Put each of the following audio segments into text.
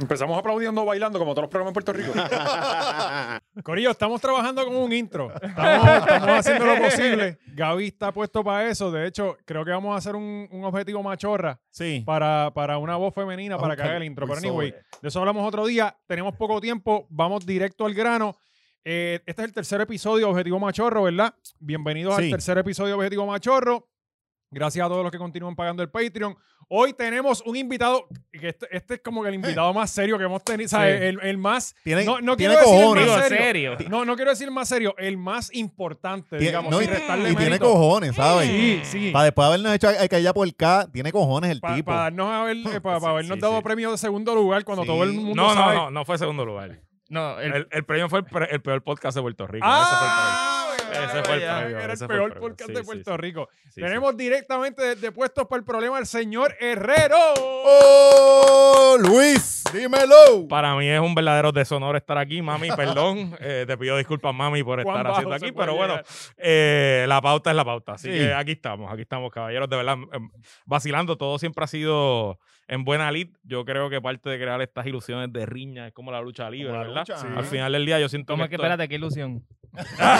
Empezamos aplaudiendo, bailando, como todos los programas en Puerto Rico. Corillo, estamos trabajando con un intro. Estamos, estamos haciendo lo posible. Gaby está puesto para eso. De hecho, creo que vamos a hacer un, un objetivo machorra Sí. para, para una voz femenina para que Ok, haga el intro. Pero pues, anyway, de eso hablamos otro día. Tenemos poco tiempo. Vamos directo al grano. Eh, este es el tercer episodio de Objetivo Machorro, ¿verdad? Bienvenidos al Sí. tercer episodio de Objetivo Machorro. Gracias a todos los que continúan pagando el Patreon. Hoy tenemos un invitado, que este, este es como que el invitado más serio que hemos tenido, o sea, Eh. Sí. el, el más... Tiene- no, no tiene quiero cojones. decir el Digo, más serio. serio. No, no quiero decir el más serio, el más importante, Tie- digamos, no, sin y, restarle y tiene mérito. cojones, ¿sabes? Sí, sí. Para después habernos hecho a- a que allá por acá, tiene cojones el Para tipo. darnos a ver- eh, pa- pa Sí, habernos sí, dado sí. premio de segundo lugar cuando Sí. todo el mundo No, no, sabe. no, no fue segundo lugar. No, el, El, el premio fue el, pre- el peor podcast de Puerto Rico. Ah, Ese fue el premio, Era el ese fue el peor premio. podcast Sí, de sí, Puerto sí. Rico. Ese fue el premio. Sí, Tenemos directamente desde Puestos para el Problema al señor Herrero. ¡Oh, Luis! ¡Dímelo! sí. Para mí es un verdadero deshonor estar aquí, mami, perdón. Eh, te pido disculpas, mami, por Cuán estar bajo haciendo se aquí, puede pero bueno, llegar. eh, la pauta es la pauta. Así Sí. que aquí estamos, aquí estamos, caballeros, de verdad, em, vacilando. Todo siempre ha sido en buena lid. Yo creo que parte de crear estas ilusiones de riña es como la lucha libre, la ¿verdad? lucha, Sí. ajá. Al final del día yo siento ¿cómo es que, esto- espérate, qué ilusión.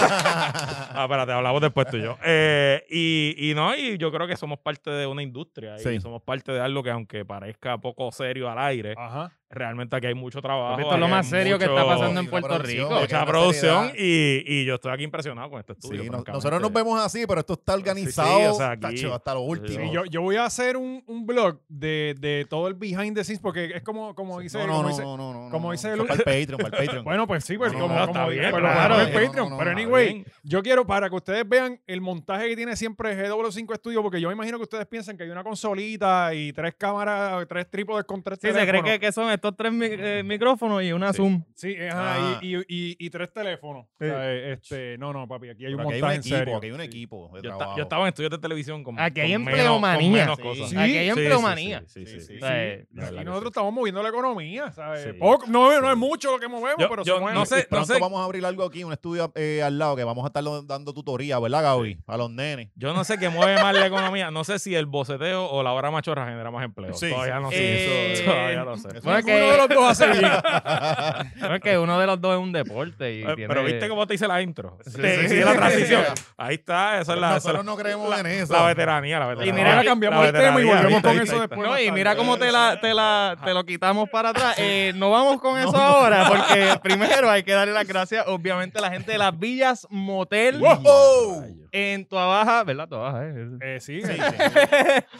Ah, espérate, hablamos después tú y yo. Eh, y, y no, y yo creo que somos parte de una industria y Sí. somos parte de algo que aunque parezca poco serio al aire, Ajá. realmente aquí hay mucho trabajo. Papi, esto es lo aquí hay más serio que está mucho- pasando en Una Puerto producción, Rico. eh. Mucha Una producción seriedad. y, y yo estoy aquí impresionado con este estudio. Sí, no- francamente. nosotros nos vemos así, pero esto está organizado Sí, sí, o sea, aquí- tacho, hasta lo último. Sí, yo, yo voy a hacer un, un blog de, de todo el behind the scenes porque es como, como dice... no, como no, no, dice- no, no, no, como no. dice Eso Lu- Para el Patreon, para el Patreon. Bueno, pues sí, pues No, como, no, como está bien, pues lo claro. ponemos en No, no, Patreon. no, pero no, Está anyway, bien. Yo quiero, para que ustedes vean el montaje que tiene siempre GW5 Studio, porque yo me imagino que ustedes piensan que hay una consolita y tres cámaras, tres trípodes con tres Sí, se cree teléfonos. que, que son estos tres mic- eh, micrófonos y una Sí. Zoom. Sí, eh, ajá, Ah. y, y- y- y tres teléfonos. O sea, eh, este, no, no, papi, aquí hay un Pero aquí montaje hay en un serio. equipo, aquí hay un equipo de Yo, esta- trabajo. yo estaba en estudios de televisión con Aquí hay con menos- empleomanía. con menos Sí. cosas. Sí, Aquí Sí, hay sí, empleomanía. sí, sí, Sí, sí, sí. sí. O sea, Sí, la verdad y que nosotros sí. estamos moviendo la economía, ¿sabes? Sí. Poco- no, no es mucho lo que movemos, Yo- pero yo se mueve. no sé- Y pronto sé- vamos a abrir algo aquí, un estudio eh, al lado que vamos a estar lo- dando tutoría, ¿verdad, Gaby? A los nenes. Yo no sé qué mueve más la economía. No sé si el boceteo o la hora machorra genera más empleo. Sí, todavía no sé. Eh, eso- todavía no sé. Bueno, es Ninguno de que, los dos hace bien. bueno, es que uno de los dos es un deporte. Y Eh, tiene- Pero viste cómo te hice la intro. Sí, Te sí, hice sí. la transición. Ahí está, esa es la, esa es Nosotros no creemos en eso. la veteranía, la veteranía. mira, ahora cambiamos el tema y veteranía, volvemos ¿viste? con Ahí eso está, después. pues, No, y Buenas mira tardes. cómo te, la, te, la, te lo quitamos para atrás. Eh, no vamos con eso ahora, porque primero hay que darle las gracias, obviamente, a la gente de las Villas Motel ¡Wow! en Tuabaja, ¿verdad? Tuabaja, eh. Eh, sí,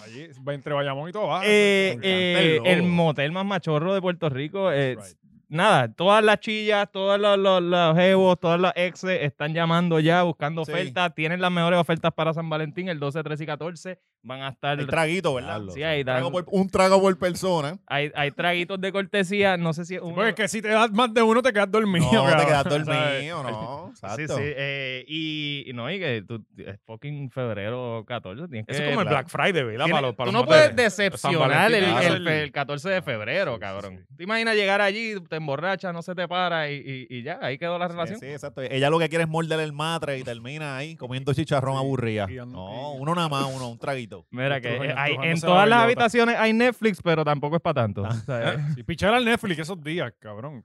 allí, entre Bayamón y todo abajo. Me Eh, encanta el eh, el logo. motel más machorro de Puerto Rico. eh, That's right. Nada, todas las chillas, todos los, los, los jevos, todas las exes están llamando ya, buscando Sí. ofertas. Tienen las mejores ofertas para San Valentín, el 12, 13 y 14. Van a estar... El traguito, ¿verdad? Sí, ahí dan- Trago por- un trago por persona. hay, hay traguitos de cortesía, no sé si... es Sí, uno- Porque es que si te das más de uno, te quedas dormido. No, te cabrón. quedas ¿Sabes? dormido, no. Sí, Exacto. sí, eh, y, y no, y que tú, es fucking febrero 14, tienes que... Eso es como el claro. Black Friday, ¿verdad? eh, Tiene- Para los, para tú los no puedes moteles. San decepcionar el, Valentín. Ah, el- el- el 14 de febrero, cabrón. Te imaginas llegar allí, te emborrachas, no se te para y, y- y ya, ahí quedó la Sí, relación. sí, exacto. Ella lo que quiere es morder el matre y termina ahí comiendo chicharrón Sí, aburrida. y dando- No, y- uno nada más, uno, un traguito. Mira que Estrujan- hay- en estrujándose la todas las bellota. habitaciones hay Netflix, pero tampoco es para tanto. ¿sabes? Sí, pichar al Netflix esos días, cabrón.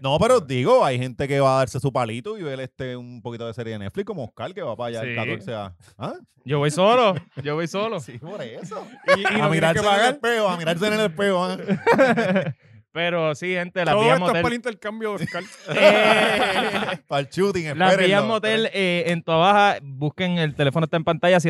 No, pero digo, hay gente que va a darse su palito y ver este un poquito de serie de Netflix como Oscar que va para allá el Sí. 14 a... ¿Ah? Yo voy solo, yo voy solo. Sí, por eso. Y, y a no tienes mirarse que en el pagar. espejo, a mirarse en el espejo. ¿ah? Pero sí, gente, las Todo villas esto es motel. para el intercambio de Oscar. eh, para el ah. shooting, las villas espérenlo. motel eh, en toda baja, busquen el teléfono está en pantalla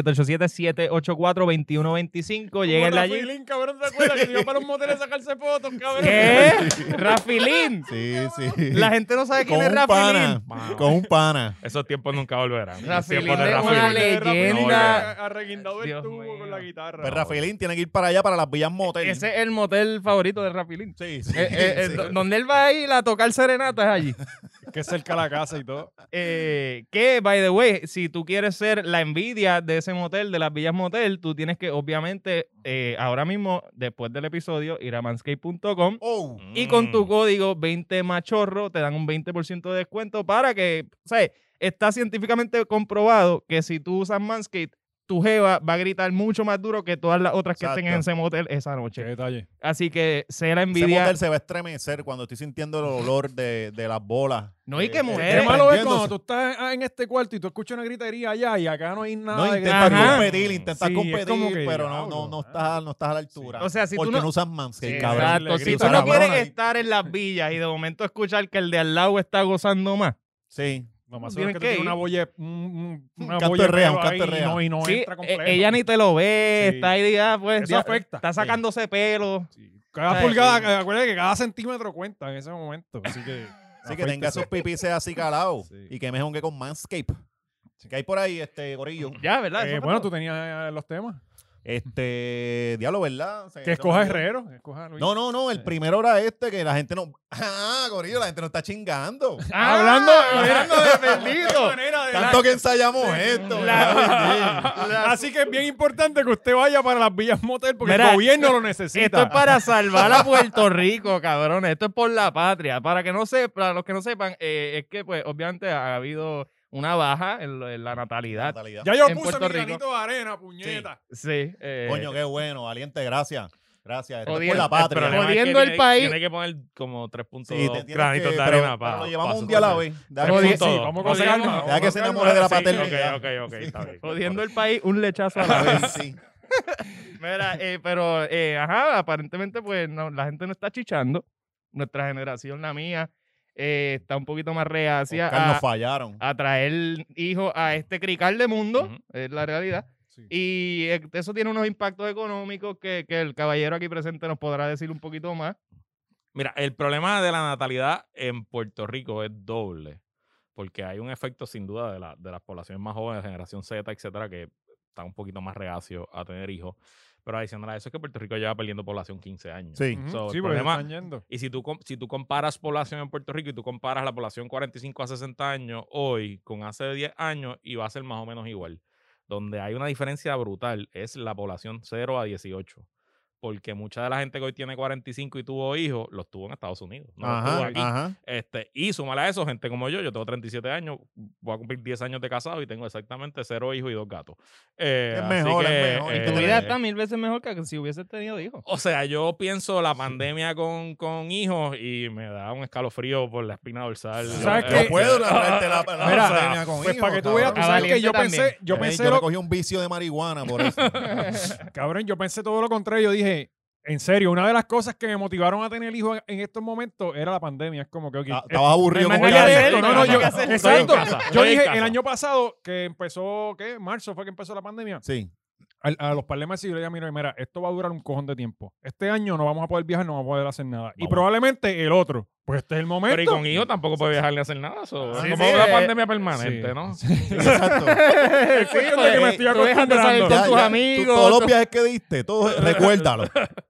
787-784-2125, lleguen allí. Rafilín, cabrón, ¿te acuerdas que iba para un motel a sacarse fotos, cabrón? ¿Qué? Rafilín. Sí, sí. La gente no sabe quién con es un pana, Rafilín. Mano. con un pana. Esos tiempos nunca volverán. Los Rafaelín tiempos de es Rafaelín. una Rafilín, leyenda. Rafilín, Arreguindado el Dios tubo con mío. la guitarra. Pues Rafaelín tiene que ir para allá, para las villas motel. Ese es el motel favorito de Rafilín. Sí, sí. Eh, eh, eh, sí. do- Donde él va a ir a tocar serenatas allí. Que cerca la casa y todo. Eh, que, by the way, si tú quieres ser la envidia de ese motel, de las Villas Motel, tú tienes que, obviamente, eh, ahora mismo, después del episodio, ir a manscape.com Oh. y con tu Mm. código 20machorro te dan un 20% de descuento para que, ¿sabes? Está científicamente comprobado que si tú usas Manscaped, tu jeva va a gritar mucho más duro que todas las otras que Exacto. estén en ese motel esa noche. detalle. Así que sé Ese la envidia. motel se va a estremecer cuando estoy sintiendo el olor de, de las bolas. No, y que Eh, Qué mujeres. malo es prendiéndose. cuando tú estás ah, en este cuarto y tú escuchas una gritería allá y acá no hay nada. No, de intentas gritería. Ajá. competir, intentas Sí, es como competir, que, pero no, diablo, no, no, ah. estás, no estás a la altura. O sea, si tú porque no- no, usas Manscaped, Sí, cabrón. Exacto. Le Si grito tú a no la quieres cabrona. estar en las villas y de momento escuchar que el de al lado está gozando más. Sí. Lo más seguro Tienes es que que te tira ir. una bolle, un- un- una canto bolle de rea, pelo un canto de ahí y rea. no, y no Sí, entra e- completo. ella ni te lo ve, Sí. está ahí, ya, pues. Eso ya- afecta. Está sacándose pelo. Sí. Cada Ay, pulgada, sí. eh, acuérdate que cada centímetro cuenta en ese momento. Así que. Así que tenga esos pipices así calados Sí. y que me jongue con Manscaped. Que hay por ahí, este, gorillo. Ya, ¿verdad? Eh, Eso bueno, fue tú tenías eh, los temas. Este, diablo, ¿verdad? Se- Que se me escoja olvidó. Herrero. Escoja a Luis. No, no, no, el primero era este que la gente no. Ah, gorillo, la gente no está chingando. todo. Ah, Ah, hablando, hablando de perdido. Tanto que ensayamos esto. Así que es bien importante que usted vaya para las villas motel porque Mira, el gobierno lo Esto es necesita. para salvar a Puerto Rico, cabrones. Esto es por la patria. Para que no se, para los que no sepan, eh, es que pues obviamente ha habido una baja en, lo- en la natalidad. Natalidad. Ya yo en puse Puerto mi Rico. granito de arena, puñeta. Sí. eh, Coño, qué bueno, valiente, gracias. Gracias. esto es Odié- por la El problema patria. es que Jodiendo el tiene- país. Tiene que poner como Sí, te 3.2 tienes granitos que- de pero- arena para. pero lo llevamos un día a la vez. Deja Pero que- di- Sí, vamos a Todo. conseguirnos. Deja vamos a que se conseguirnos. enamore de la Sí, paternidad. Ok, ok, ok. Está bien. Jodiendo el país, un lechazo a la vez. Sí, sí. Mira, eh, pero, eh, ajá, aparentemente, pues, no, la gente no está chichando. Nuestra generación, la mía, eh, está un poquito más reacia Oscar, nos a, fallaron. a traer hijos a este crical de mundo, Ujú. es la realidad. Sí. Y eh, eso tiene unos impactos económicos que, que el caballero aquí presente nos podrá decir un poquito más. Mira, el problema de la natalidad en Puerto Rico es doble, porque hay un efecto sin duda de, la- de las poblaciones más jóvenes, generación Z, etcétera, que está un poquito más reacio a tener hijos. Pero adicional a eso es que Puerto Rico lleva perdiendo población 15 años. Sí. Ujú, So, sí, el porque problema- están yendo. Y si tú, com- si tú comparas población en Puerto Rico y tú comparas la población 45 a 60 años hoy con hace 10 años y va a ser más o menos igual. Donde hay una diferencia brutal es la población 0 a 18. Porque mucha de la gente que hoy tiene 45 y tuvo hijos, los tuvo en Estados Unidos. No los tuvo Ajá, ah. aquí. ajá. Este, y sumar a eso, gente como yo, yo tengo 37 años, voy a cumplir 10 años de casado y tengo exactamente cero hijos y dos gatos. Eh, Es así mejor, es que, mejor. Y Tu Eh, vida está mil veces mejor que si hubiese tenido hijos. o sea, yo pienso la pandemia con, con hijos y me da un escalofrío por la espina dorsal. ¿Sabes Yo- qué? No eh, puedo eh, traerte la la Mira, pandemia Ah, con Pues hijos, para que tú cabrón. veas, tú sabes que yo Valiente pensé, yo Ey, pensé yo lo, le cogí un vicio de marihuana por eso. Cabrón, yo pensé todo lo contrario. Yo dije, en serio, una de las cosas que me motivaron a tener hijos en estos momentos era la pandemia. Es como que, ok, Ah, Estabas aburrido no hay como voy nada a que hacer Oscar. hacer, esto. No, no no, hay yo, que hacer. Estoy en exacto. casa, Yo estoy en dije, el casa. año pasado, que empezó, ¿qué? Marzo fue que empezó la pandemia. Sí. Al- A, los parlemas yo le dije, mira, mira, esto va a durar un cojón de tiempo. Este año no vamos a poder viajar, no vamos a poder hacer nada. Y Vamos. probablemente el otro. Pues este es el momento. Pero y con hijos tampoco puede viajar ni hacer nada. so, Sí, es como sí, una eh, pandemia permanente, ¿no? Sí, Exacto. Es de que me estoy Tú dejas de salir acostumbrando. con Ya, tus ya, amigos. tú- todos los tu- viajes que diste, todo, recuérdalo.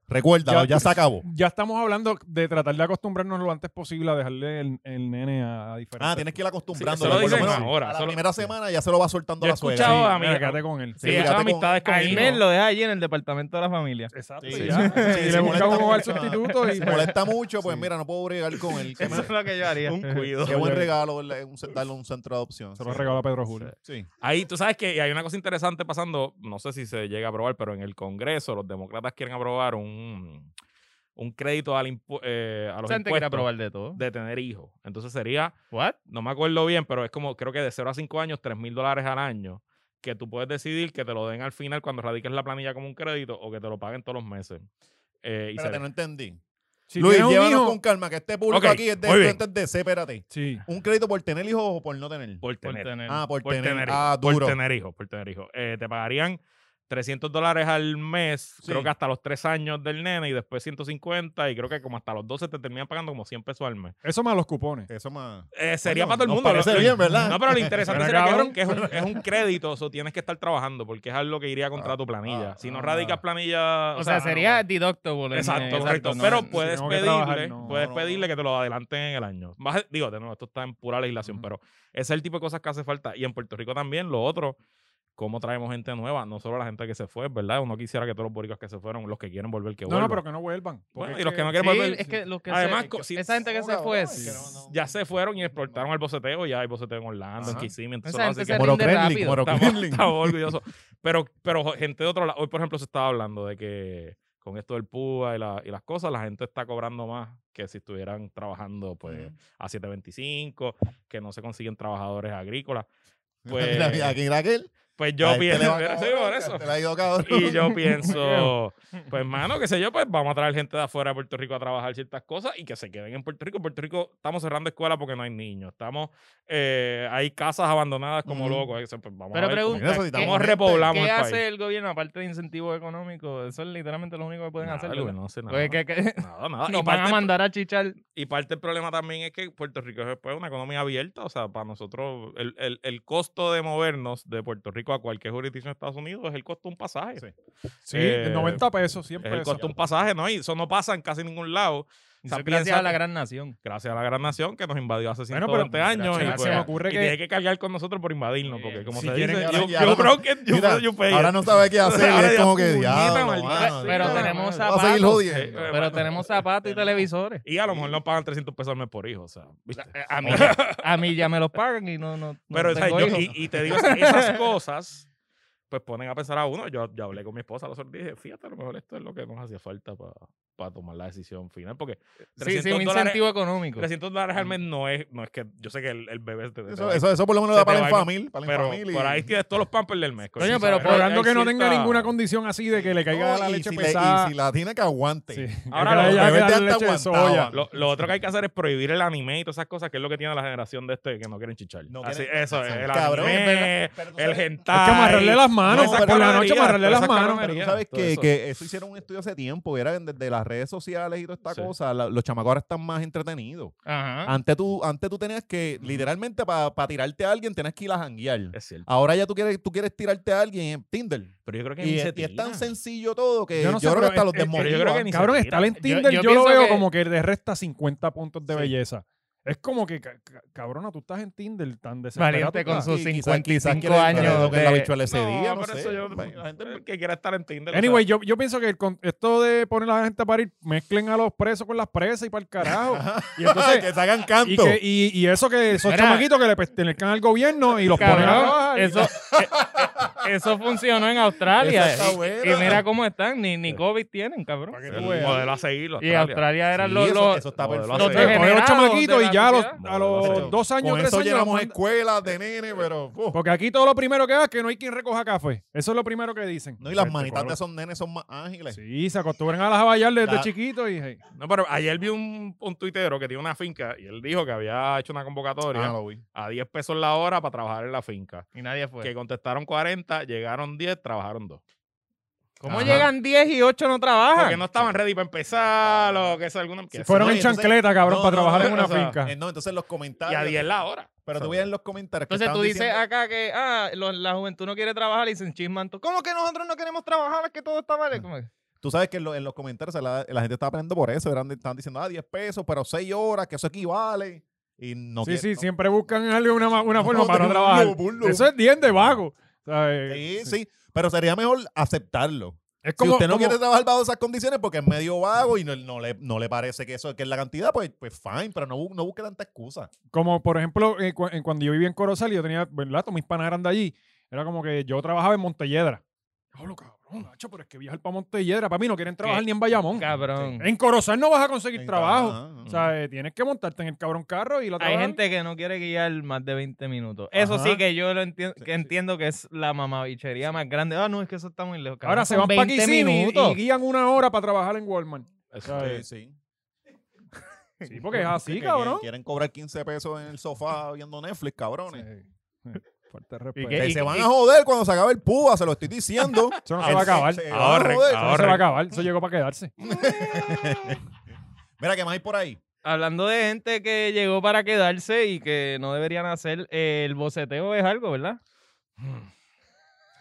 Recuérdalo, Ya. ya, se acabó. Ya estamos hablando de tratar de acostumbrarnos lo antes posible a dejarle el, el nene a, a diferentes. Ah, tienes que ir Sí, acostumbrando. eso lo por lo dicen menos ahora, A la eso lo- primera semana ya se lo va soltando Yo he la suegra. escuchado a Mira, mira, quédate con él. Sí, fíjate esas con- amistades con, Al hijos. mes lo deja allí en el departamento de la familia. Exacto. Sí, y sí, ya. sí, sí, y se le buscamos molesta un mucho, sustituto y Si molesta mucho, pues Sí. mira, no puedo bregar con él. Qué, Eso es lo que yo haría. Un cuido. qué buen regalo ¿verdad? Un ce- darle un centro de adopción. se lo regaló a Pedro Julio. Sí. Ahí tú sabes que hay una cosa interesante pasando, no sé si se llega a aprobar, pero en el Congreso los demócratas quieren aprobar un, un crédito al impu- eh, a los gente quiere impuestos probar de todo. de tener hijos. Entonces sería What? no me acuerdo bien, pero es como, creo que de 0 a 5 años, 3 mil dólares al año, que tú puedes decidir que te lo den al final cuando radiques la planilla como un crédito o que te lo paguen todos los meses. Eh, y se- Espérate, no entendí. Si Luis, tienes un llévanos hijo- con calma, que este público Ok, aquí es de muy bien. esto es de C, espérate. Sí. ¿Un crédito por tener hijos o por no tener? por Por tener. tener. ah, por, por tener. tener Ah, Por duro. tener hijos, por tener hijos. Eh, te pagarían 300 dólares al mes, creo Sí. que hasta los 3 años del nene y después 150 y creo que como hasta los 12 te terminan pagando como 100 pesos al mes. Eso más los cupones. Eso más. Eh, sería Coño, para todo el nos mundo. parece Lo- lo- bien, ¿verdad? No, pero lo interesante Suena sería que es cabrón. un- que es un, es un crédito, o tienes que estar trabajando porque es algo que iría contra Ah, tu planilla. si no ah. radicas planilla. O, sea, no, sería no. deductible. en- Exacto, eh, correcto. no pero pues, en- puedes tengo que pedirle, trabajar, no, puedes no, no. pedirle que te lo adelanten en el año. Vas a- digo, de nuevo, esto está en pura legislación, Ujú. pero ese es el tipo de cosas que hace falta. Y en Puerto Rico también, lo otro, cómo traemos gente nueva, no solo la gente que se fue, ¿verdad? Uno quisiera que todos los boricos que se fueron, los que quieren volver, que No, vuelvan. no, pero que no vuelvan. porque Bueno, es y los que no Sí, quieren volver, es que los que Además, se- co- si- esa gente que no, se cabrón, fue, es que no, no. ya se fueron y explotaron el boceteo, ya hay boceteo en Orlando, en Ajá. Kissimmee, entonces Esa así gente que- se Moro rinde Kremlin, rápido. Moro estamos, Kremlin. estamos orgullosos. Pero, pero gente de otro lado, hoy por ejemplo se estaba hablando de que con esto del PUA y, la- y las cosas, la gente está cobrando más que si estuvieran trabajando pues a 7.25, que no se consiguen trabajadores agrícolas. Pues, Mira, mira, aquí Raquel. pues yo Ahí te le pienso, va sí, cabrón, por ya eso. te la ha ido, cabrón. Y yo pienso, pues hermano, qué sé yo, pues vamos a traer gente de afuera de Puerto Rico a trabajar ciertas cosas y que se queden en Puerto Rico. En Puerto Rico estamos cerrando escuelas porque no hay niños. Estamos, eh, hay casas abandonadas como Ujú. locos. Eso, pues, vamos Pero a ver cómo- pregunta, ¿qué, necesitamos ¿Cómo gente. repoblamos qué el hace país? el gobierno aparte de incentivos económicos? Eso es literalmente lo único que pueden Nada, hacer. Luis, ¿verdad? no sé nada. Porque que- que- Nada, nada. nos Y, van a parte, mandar a chichar. y parte del problema también es que Puerto Rico es pues, una economía abierta. O sea, para nosotros, el, el- el costo de movernos de Puerto Rico a cualquier jurisdicción de Estados Unidos es el costo de un pasaje. Sí, Sí, Eh, 90 pesos, 100 Es el pesos. costo de un pasaje, ¿no? Y eso no pasa en casi ningún lado. O sea, Eso es piensa gracias a la que- gran nación. gracias a la gran nación que nos invadió hace Bueno, 120 pero- años. se Y, me- pues, se me ocurre y que- tiene que cargar con nosotros por invadirnos, porque como si se quieren- dice, ahora- yo, ya yo ahora- creo que yo, Mira, yo pegué. Ahora no sabe qué hacer. y Ahora es ya, como que puñeta, diablo, maldita mano. sea. Pues, Pero Ah, Sí, tenemos Vamos a seguir zapatos. Eh, jodiendo. eh, Pero tenemos zapatos y televisores. Y a lo mejor nos pagan 300 pesos al mes por hijo, o sea, ¿viste? A mí, a mí ya me los pagan y no, no, no Pero o sea, tengo yo- hijos. y, y te digo, esas cosas pues ponen a pensar a uno. Yo, yo hablé con mi esposa, los otros días, dije, fíjate, a lo mejor esto es lo que nos hacía falta para tomar la decisión final, porque Sí, 300, sí, un dólares, incentivo económico. 300 dólares al mes no es, no es que, yo sé que el, el bebé te, te Eso, va- eso, eso por lo menos eh, da Se te para va la el- infamil. Para la pero infamil y- por ahí tienes todos los pampers del mes. Coño, coño, pero ¿sabes? por- Rogando que no hay tenga cierta- ninguna condición así de que le caiga No, la y leche si le- pesada. y si la tiene que aguante. Sí. Ahora, Ahora los ya bebés que te darle hasta leche de aguantaban. soya. Lo, lo otro que hay que hacer es prohibir el anime y todas esas cosas, que es lo que tiene la generación de este que no quieren chichar. No Así, quieren- eso es, el Cabrón, anime, pero tú el sabes- hentai. Hay que amarrarle las manos, por la noche amarrarle las manos. Pero tú sabes que eso. que eso hicieron un estudio hace tiempo, era en- desde las redes sociales y toda esta Sí. cosa, la- los chamacos ahora están más entretenidos. Ajá. Antes tú antes tú tenías que literalmente para tirarte a alguien tenías que ir a janguear. Es cierto. Ahora ya tú quieres tú quieres tirarte a alguien en Tinder. Pero yo creo que Y ni es, se y es tiran. tan sencillo todo que Yo yo, no sé, creo pero que hasta es- los es- pero desmotiva. yo creo que ni se eh, Cabrón, tira. estar en Yo- Tinder, yo yo, lo pienso veo que- como que le resta 50 puntos de Sí. belleza. Es como que, ca- ca- cabrona, tú estás en Tinder tan desesperado. Valiente con sus Sí, quizás- quizás 55 quiere- quiere años. tocar la de- bichuela ese No, día, no pero sé. Pues, eso yo- La gente- el que quiera estar en Tinder. o Anyway, yo, yo pienso que el con- esto de poner a la gente a parir, mezclen a los presos con las presas y para el carajo. y entonces, que salgan y, canto. que- y- y eso que esos Mira. chamaquitos que le pertenezcan al gobierno y los ponen a Cabrón, trabajar. eso, eh, eso funcionó en Australia. Esa está Y- buena. Y, mira cómo están, ni, ni COVID tienen, cabrón. Para sea, que el tú veas. modelo a seguirlo. Y Australia eran Sí, los, eso- los- eso está los de los perfecto. los Sí. Cogen degenerados los chamaquitos de la y ya a los, sociedad. a los Exacto. dos años, Con tres eso años, los llenamos mandan- escuelas de nene, pero... uh. Porque aquí todo lo primero que va es que no hay quien recoja café. Eso es lo primero que dicen. No, y las Este, manitas cabrón. de esos nenes son más ágiles. Sí, se acostumbran a las abayar desde La- chiquito y hey, No, pero ayer vi un, un tuitero que tiene una finca y él dijo que había hecho una Ah, convocatoria lo vi. a 10 pesos la hora para trabajar en la finca. Y nadie fue. Que contestaron 40, llegaron 10, trabajaron 2. ¿Cómo Ajá. llegan 10 y 8 no trabajan? Porque no estaban ready para empezar o que es alguna. Se que eso fueron no, en y entonces- chancleta, cabrón, no, para no, trabajar no, en una o sea, finca. Eh, no, entonces los no- y comentarios... a 10 la hora. Pero tú O sea, veías en los comentarios que Entonces tú estaban dices diciendo- acá que ah, lo- la juventud no quiere trabajar y se enchisman. todo. ¿Cómo que nosotros no queremos trabajar? Es que todo está mal. ¿Cómo que? ah, Tú sabes que en, lo- en los comentarios la, la gente estaba peleando por eso. Eran, estaban diciendo, ah, 10 pesos, pero 6 horas, que eso equivale. Y no sí, quiere- sí, no- siempre buscan algo, una, ma- una No, forma para no burlo, trabajar. burlo. Eso es 10 de vago. ¿sabes? Sí, sí, pero sería mejor aceptarlo. Es Si como, usted no como- quiere trabajar bajo esas condiciones porque es medio vago y no, no le, no le parece que eso que es la cantidad, pues, pues fine, pero no, bu- no busque tanta excusa. como, por ejemplo, eh, cu- eh, cuando yo vivía en Corozal y yo tenía, ¿verdad? Todos mis panas eran de allí. Era como que yo trabajaba en Montelledra. Hablo, cabrón, Nacho, pero es que viajar para Montelledra. Para mí no quieren trabajar ¿Qué? ni en Bayamón. Cabrón. En Corozal no vas a conseguir trabajo. Ajá, ajá. O sea, eh, tienes que montarte en el cabrón carro y la mm. Hay trabajar. gente que no quiere guiar más de 20 minutos. Eso Ajá. sí que yo lo entiendo, que entiendo que es la mamabichería más grande. Ah, no, es que eso está muy lejos. cabrón. Ahora se Son van para 20 Kissimmee y, minutos. Este, y guían una hora para trabajar en Walmart. eso- Ay. Sí, sí. Sí, porque es así, Que quieren- cabrón. Quieren cobrar 15 pesos en el sofá viendo Netflix, cabrones. Sí. Falta de ¿Y Eh, respeto. qué? Que y- se van y- a joder cuando se acabe el púa, se lo estoy diciendo. Eso no se va a acabar. Ah. Se- se Eso van a Ahorren, joder. no se va a acabar. Eso llegó para quedarse. Mira, ¿qué más hay por ahí? Hablando de gente que llegó para quedarse y que no deberían hacer, eh, el boceteo es algo, ¿verdad?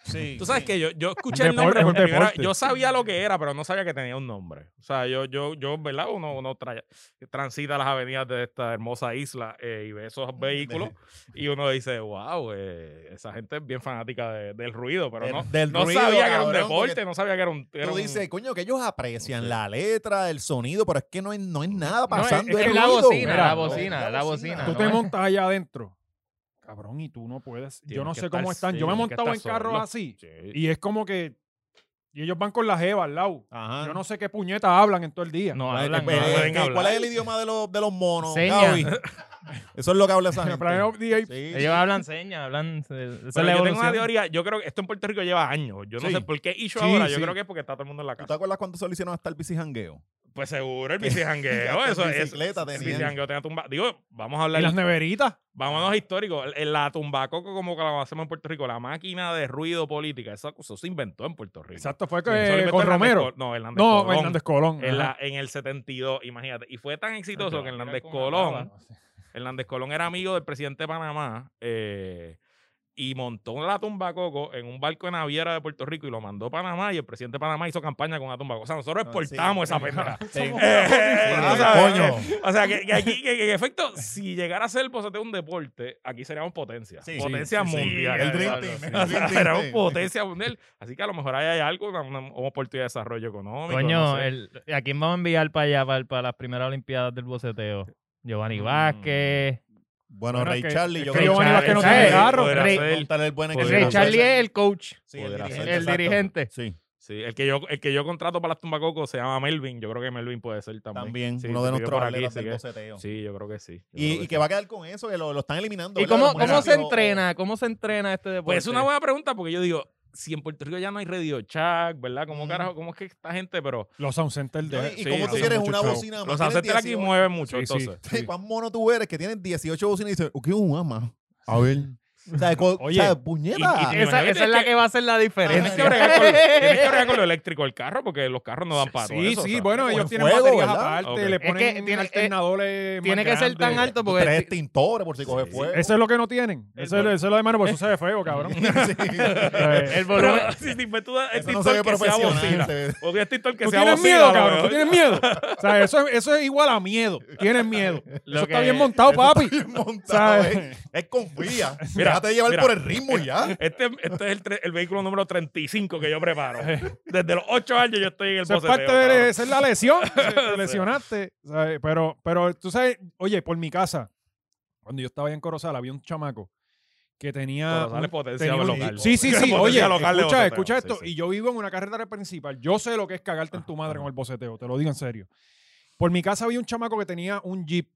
Sí. Tú sabes que yo, yo escuché el Deporte, nombre es un por primera deporte. vez. Yo sabía lo que era, pero no sabía que tenía un nombre. O sea, yo, yo, yo ¿verdad? Uno, uno tra- transita las avenidas de esta hermosa isla eh, y ve esos vehículos y uno dice, wow, eh, esa gente es bien fanática de- del ruido, pero Del- no, del no ruido, sabía que era cabrón, un porque deporte, no sabía que era un... era Tú un- dices, coño, que ellos aprecian la letra, el sonido, pero es que no es, no es nada No, es- pasando. es es la ruido. bocina, la no, bocina, la bocina. Ah, Tú no te es. montas allá adentro. Cabrón, y tú no puedes. yo Tienes no que sé cómo estar- están. sí, Yo me he tienes que montado en estar carros solo. así. Sí. Y es como que. Y ellos van con la jeva al lado. Ajá. Yo no sé qué puñeta hablan en todo el día. No Eh, hablan, no eh, hablan. pueden ¿qué- ¿Cuál hablar. es el idioma de los, de los monos? Señas. Gaby? Eso es lo que habla esa En gente. plan, el día ahí- Sí. Ellos hablan señas, hablan. Esa es Pero la yo tengo una evolución. teoría, yo creo que esto en Puerto Rico lleva años. Yo no Sí. sé por qué hizo Sí, ahora, yo sí. creo que es porque está todo el mundo en la ¿Tú te casa. acuerdas cuándo se lo hicieron hasta el bicijangueo? Pues seguro, el bicijangueo, Eh, oh, eso es. bicicleta El tenían. bicijangueo tenía tumba. Digo, vamos a Y hablar las neveritas. Vámonos históricos. El- el- La tumbacoco, como que la hacemos en Puerto Rico, la máquina de ruido política, esa cosa se inventó en Puerto Rico. Exacto, fue Sí, eso lo que, inventó con Hernández Romero. Col- no, Hernández No, Colón. Hernández Colón. En, la- ajá. en el 72, imagínate. Y fue tan exitoso que Hernández Era como una Colón, baba. Hernández Colón era amigo del presidente de Panamá eh, y montó la tumbacoco en un barco de naviera de Puerto Rico y lo mandó a Panamá y el presidente de Panamá hizo campaña con la tumbacoco. O sea, nosotros No, exportamos sí. esa pendeja. Somos- o sea, Coño. O sea, que, que aquí, que, que en efecto, si llegara a ser el posete un deporte, aquí seríamos potencia. Sí, potencia sí, sí, sí. mundial. El Dream Claro. Team. el O Dream sea, Team, seríamos sí. potencia mundial. Así que a lo mejor ahí hay algo, una, una oportunidad de desarrollo económico. no Coño, sé. el- ¿a quién vamos a enviar para allá, para, para las primeras Olimpiadas del boceteo? Giovanni Mm. Vázquez. Bueno, Bueno, Ray que- Charlie, es yo que creo Giovanni Vázquez no tiene Charlie carro. podrá Ray- ser- montar el buen Ray ejemplo. Ray Podría Charlie ser. es el coach. Sí, el Podrá ser. dirigente, El exacto. dirigente. Sí, Sí, el que yo, el que yo contrato para las tumbacocos se llama Melvin. Yo creo que Melvin puede ser también. también Sí, uno se de vive nuestros por aquí, atletas sí del que- boceteo. Sí, yo creo que sí. yo creo Y, y sí. que va a quedar con eso, que lo, lo están eliminando. ¿Y ¿verdad? cómo, Los cómo se municipios, o- entrena? ¿Cómo se entrena este deporte? Pues es una buena pregunta porque yo digo, si en Puerto Rico ya no hay radio chat, ¿verdad? ¿Cómo Ujú. carajo? ¿Cómo es que esta gente, pero Los Sound Center de. ¿Y Sí, cómo tú sí, quieres mucho una chavo. bocina más? los Tienes ancestros aquí 18. mueven mucho, Sí, sí. entonces. Sí, ¿Cuán mono tú eres que tienes 18 bocinas y dices, ¿qué es un ama? A ver. O sea, co- Oye, o sea, puñeta. y- y- Esa, Imagínate esa es la que- Ah, que va a ser la Tienes diferencia. que bregar con, tienes que bregar con lo eléctrico del carro porque los carros no dan para todo Sí, eso, o sí, sea. bueno, o ellos el tienen fuego, baterías ¿verdad? aparte, Ok. le Es que ponen tiene- alternadores. más Tiene que ser tan grandes. alto porque tres extintores por si coge sí. fuego. Eso es lo que no tienen. El Eso es, lo- vol- eso es lo de mano, por eso se ve feo, cabrón. Sí. Eh, Pero, el volumen. si te inventas un Eso no extintor se ve que sea profesional. bocina. se ve- O un extintor que tú sea tienes bocina, miedo, lo cabrón. veo. Tú tienes miedo. O sea, eso, es- eso es igual a miedo. Tienes miedo. Lo eso está que- bien montado, eso está papi. bien montado, ¿Sabes? eh. Es confía. Mira, Déjate llevar mira. por el ritmo y ya. Este, este es el, tre- el vehículo número 35 que yo preparo. Desde los 8 años yo estoy en el Eso es boceteo, parte de cabrón. esa es la lesión. Te lesionaste. ¿sabes? Pero, pero tú sabes, oye, por mi casa, cuando yo estaba allá en Corozal, había un chamaco que tenía. Corozal un- es potencia tenía un- local. Sí, sí, sí. Potencia Oye, local de escucha, boceteo. escucha esto. Sí, sí. Y yo vivo en una carretera principal. Yo sé lo que es cagarte en tu madre con el boceteo. Te lo digo en serio. Por mi casa había un chamaco que tenía un jeep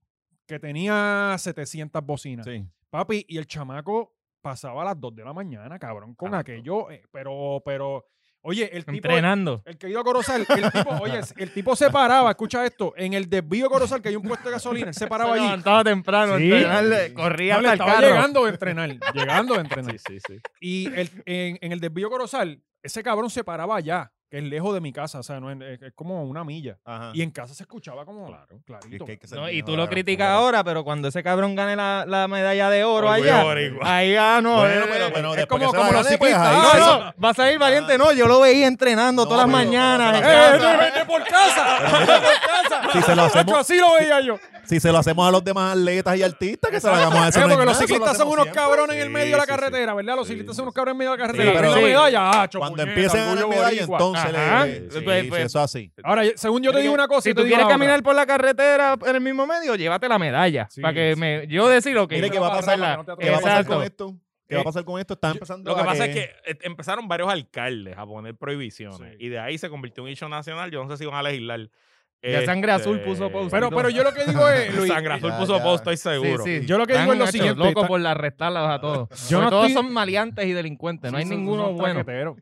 que tenía 700 bocinas. Papi, y el chamaco pasaba a las 2 de la mañana, cabrón, con Exacto. aquello. eh, pero, pero, oye, el tipo. Entrenando. El querido Corozal, el tipo, oye, el tipo se paraba, escucha esto, en el desvío Corozal, que hay un puesto de gasolina, él se paraba Se allí. levantaba temprano, Sí. entrenarle, corría No, le hasta el estaba carro. llegando a entrenar, llegando a entrenar. Sí, sí, sí. Y el, en, en el desvío Corozal, ese cabrón se paraba allá, que es lejos de mi casa, o sea, no es, es como una milla. Ajá. Y en casa se escuchaba como clarito. ¡Eh, que hay que ser No, y bien tú lo claro, criticas claro. ahora, pero cuando ese cabrón gane la, la medalla de oro Orgullo allá, Ah, boricua. ahí ganó. Bueno, eh. pero, pero es después como- que se la como los gane, pues, ciclistas, ahí ah, se- eso- no, no, vas a ir valiente. No, yo lo veía entrenando No, todas las pero- mañanas. pero- Eh, ¡Eh, no, vete por casa! ¡Vete por casa! Si se lo hacemos- Chacho, así lo veía yo. Si se lo hacemos a los demás atletas y artistas, que se lo hagamos a Eh, eso. no es porque los nada, eso lo ciclistas son hacemos unos siempre. cabrones en el Sí, medio de la sí, sí. carreteras, ¿verdad? Los Sí, ciclistas sí, son unos sí. cabrones en medio de la carretera. pero Ven la sí. medalla, ah, Cuando puñeta, empiecen a ganar orgullo medalla, boricua. entonces. eh, le- Ajá. le- sí, Pues, sí, pues- eso así. Ahora, yo- según yo te digo una cosa, si yo te tú digo quieres la otra. caminar por la carretera en el mismo medio, llévate la medalla. Sí, para que sí. me, yo decir, ok. Mire, Mire ¿qué va a la pasar, barra, la- no te qué va a pasar atreves. con Exacto. esto? ¿Qué va a pasar con esto? Está empezando Lo que a pasa es que eh, empezaron varios alcaldes a poner prohibiciones Sí. y de ahí se convirtió en un hecho nacional. Yo no sé si van a legislar. Ya Sangre Azul puso post. Pero, pero yo lo que digo es, Luis, Sangre Azul Ya, puso ya. post, estoy seguro. Yo lo que digo es lo siguiente, Loco está- por la arrestarlas a todos. Yo Porque no todos estoy- son maleantes y delincuentes. No hay Sí, son- ninguno son bueno. traqueteros.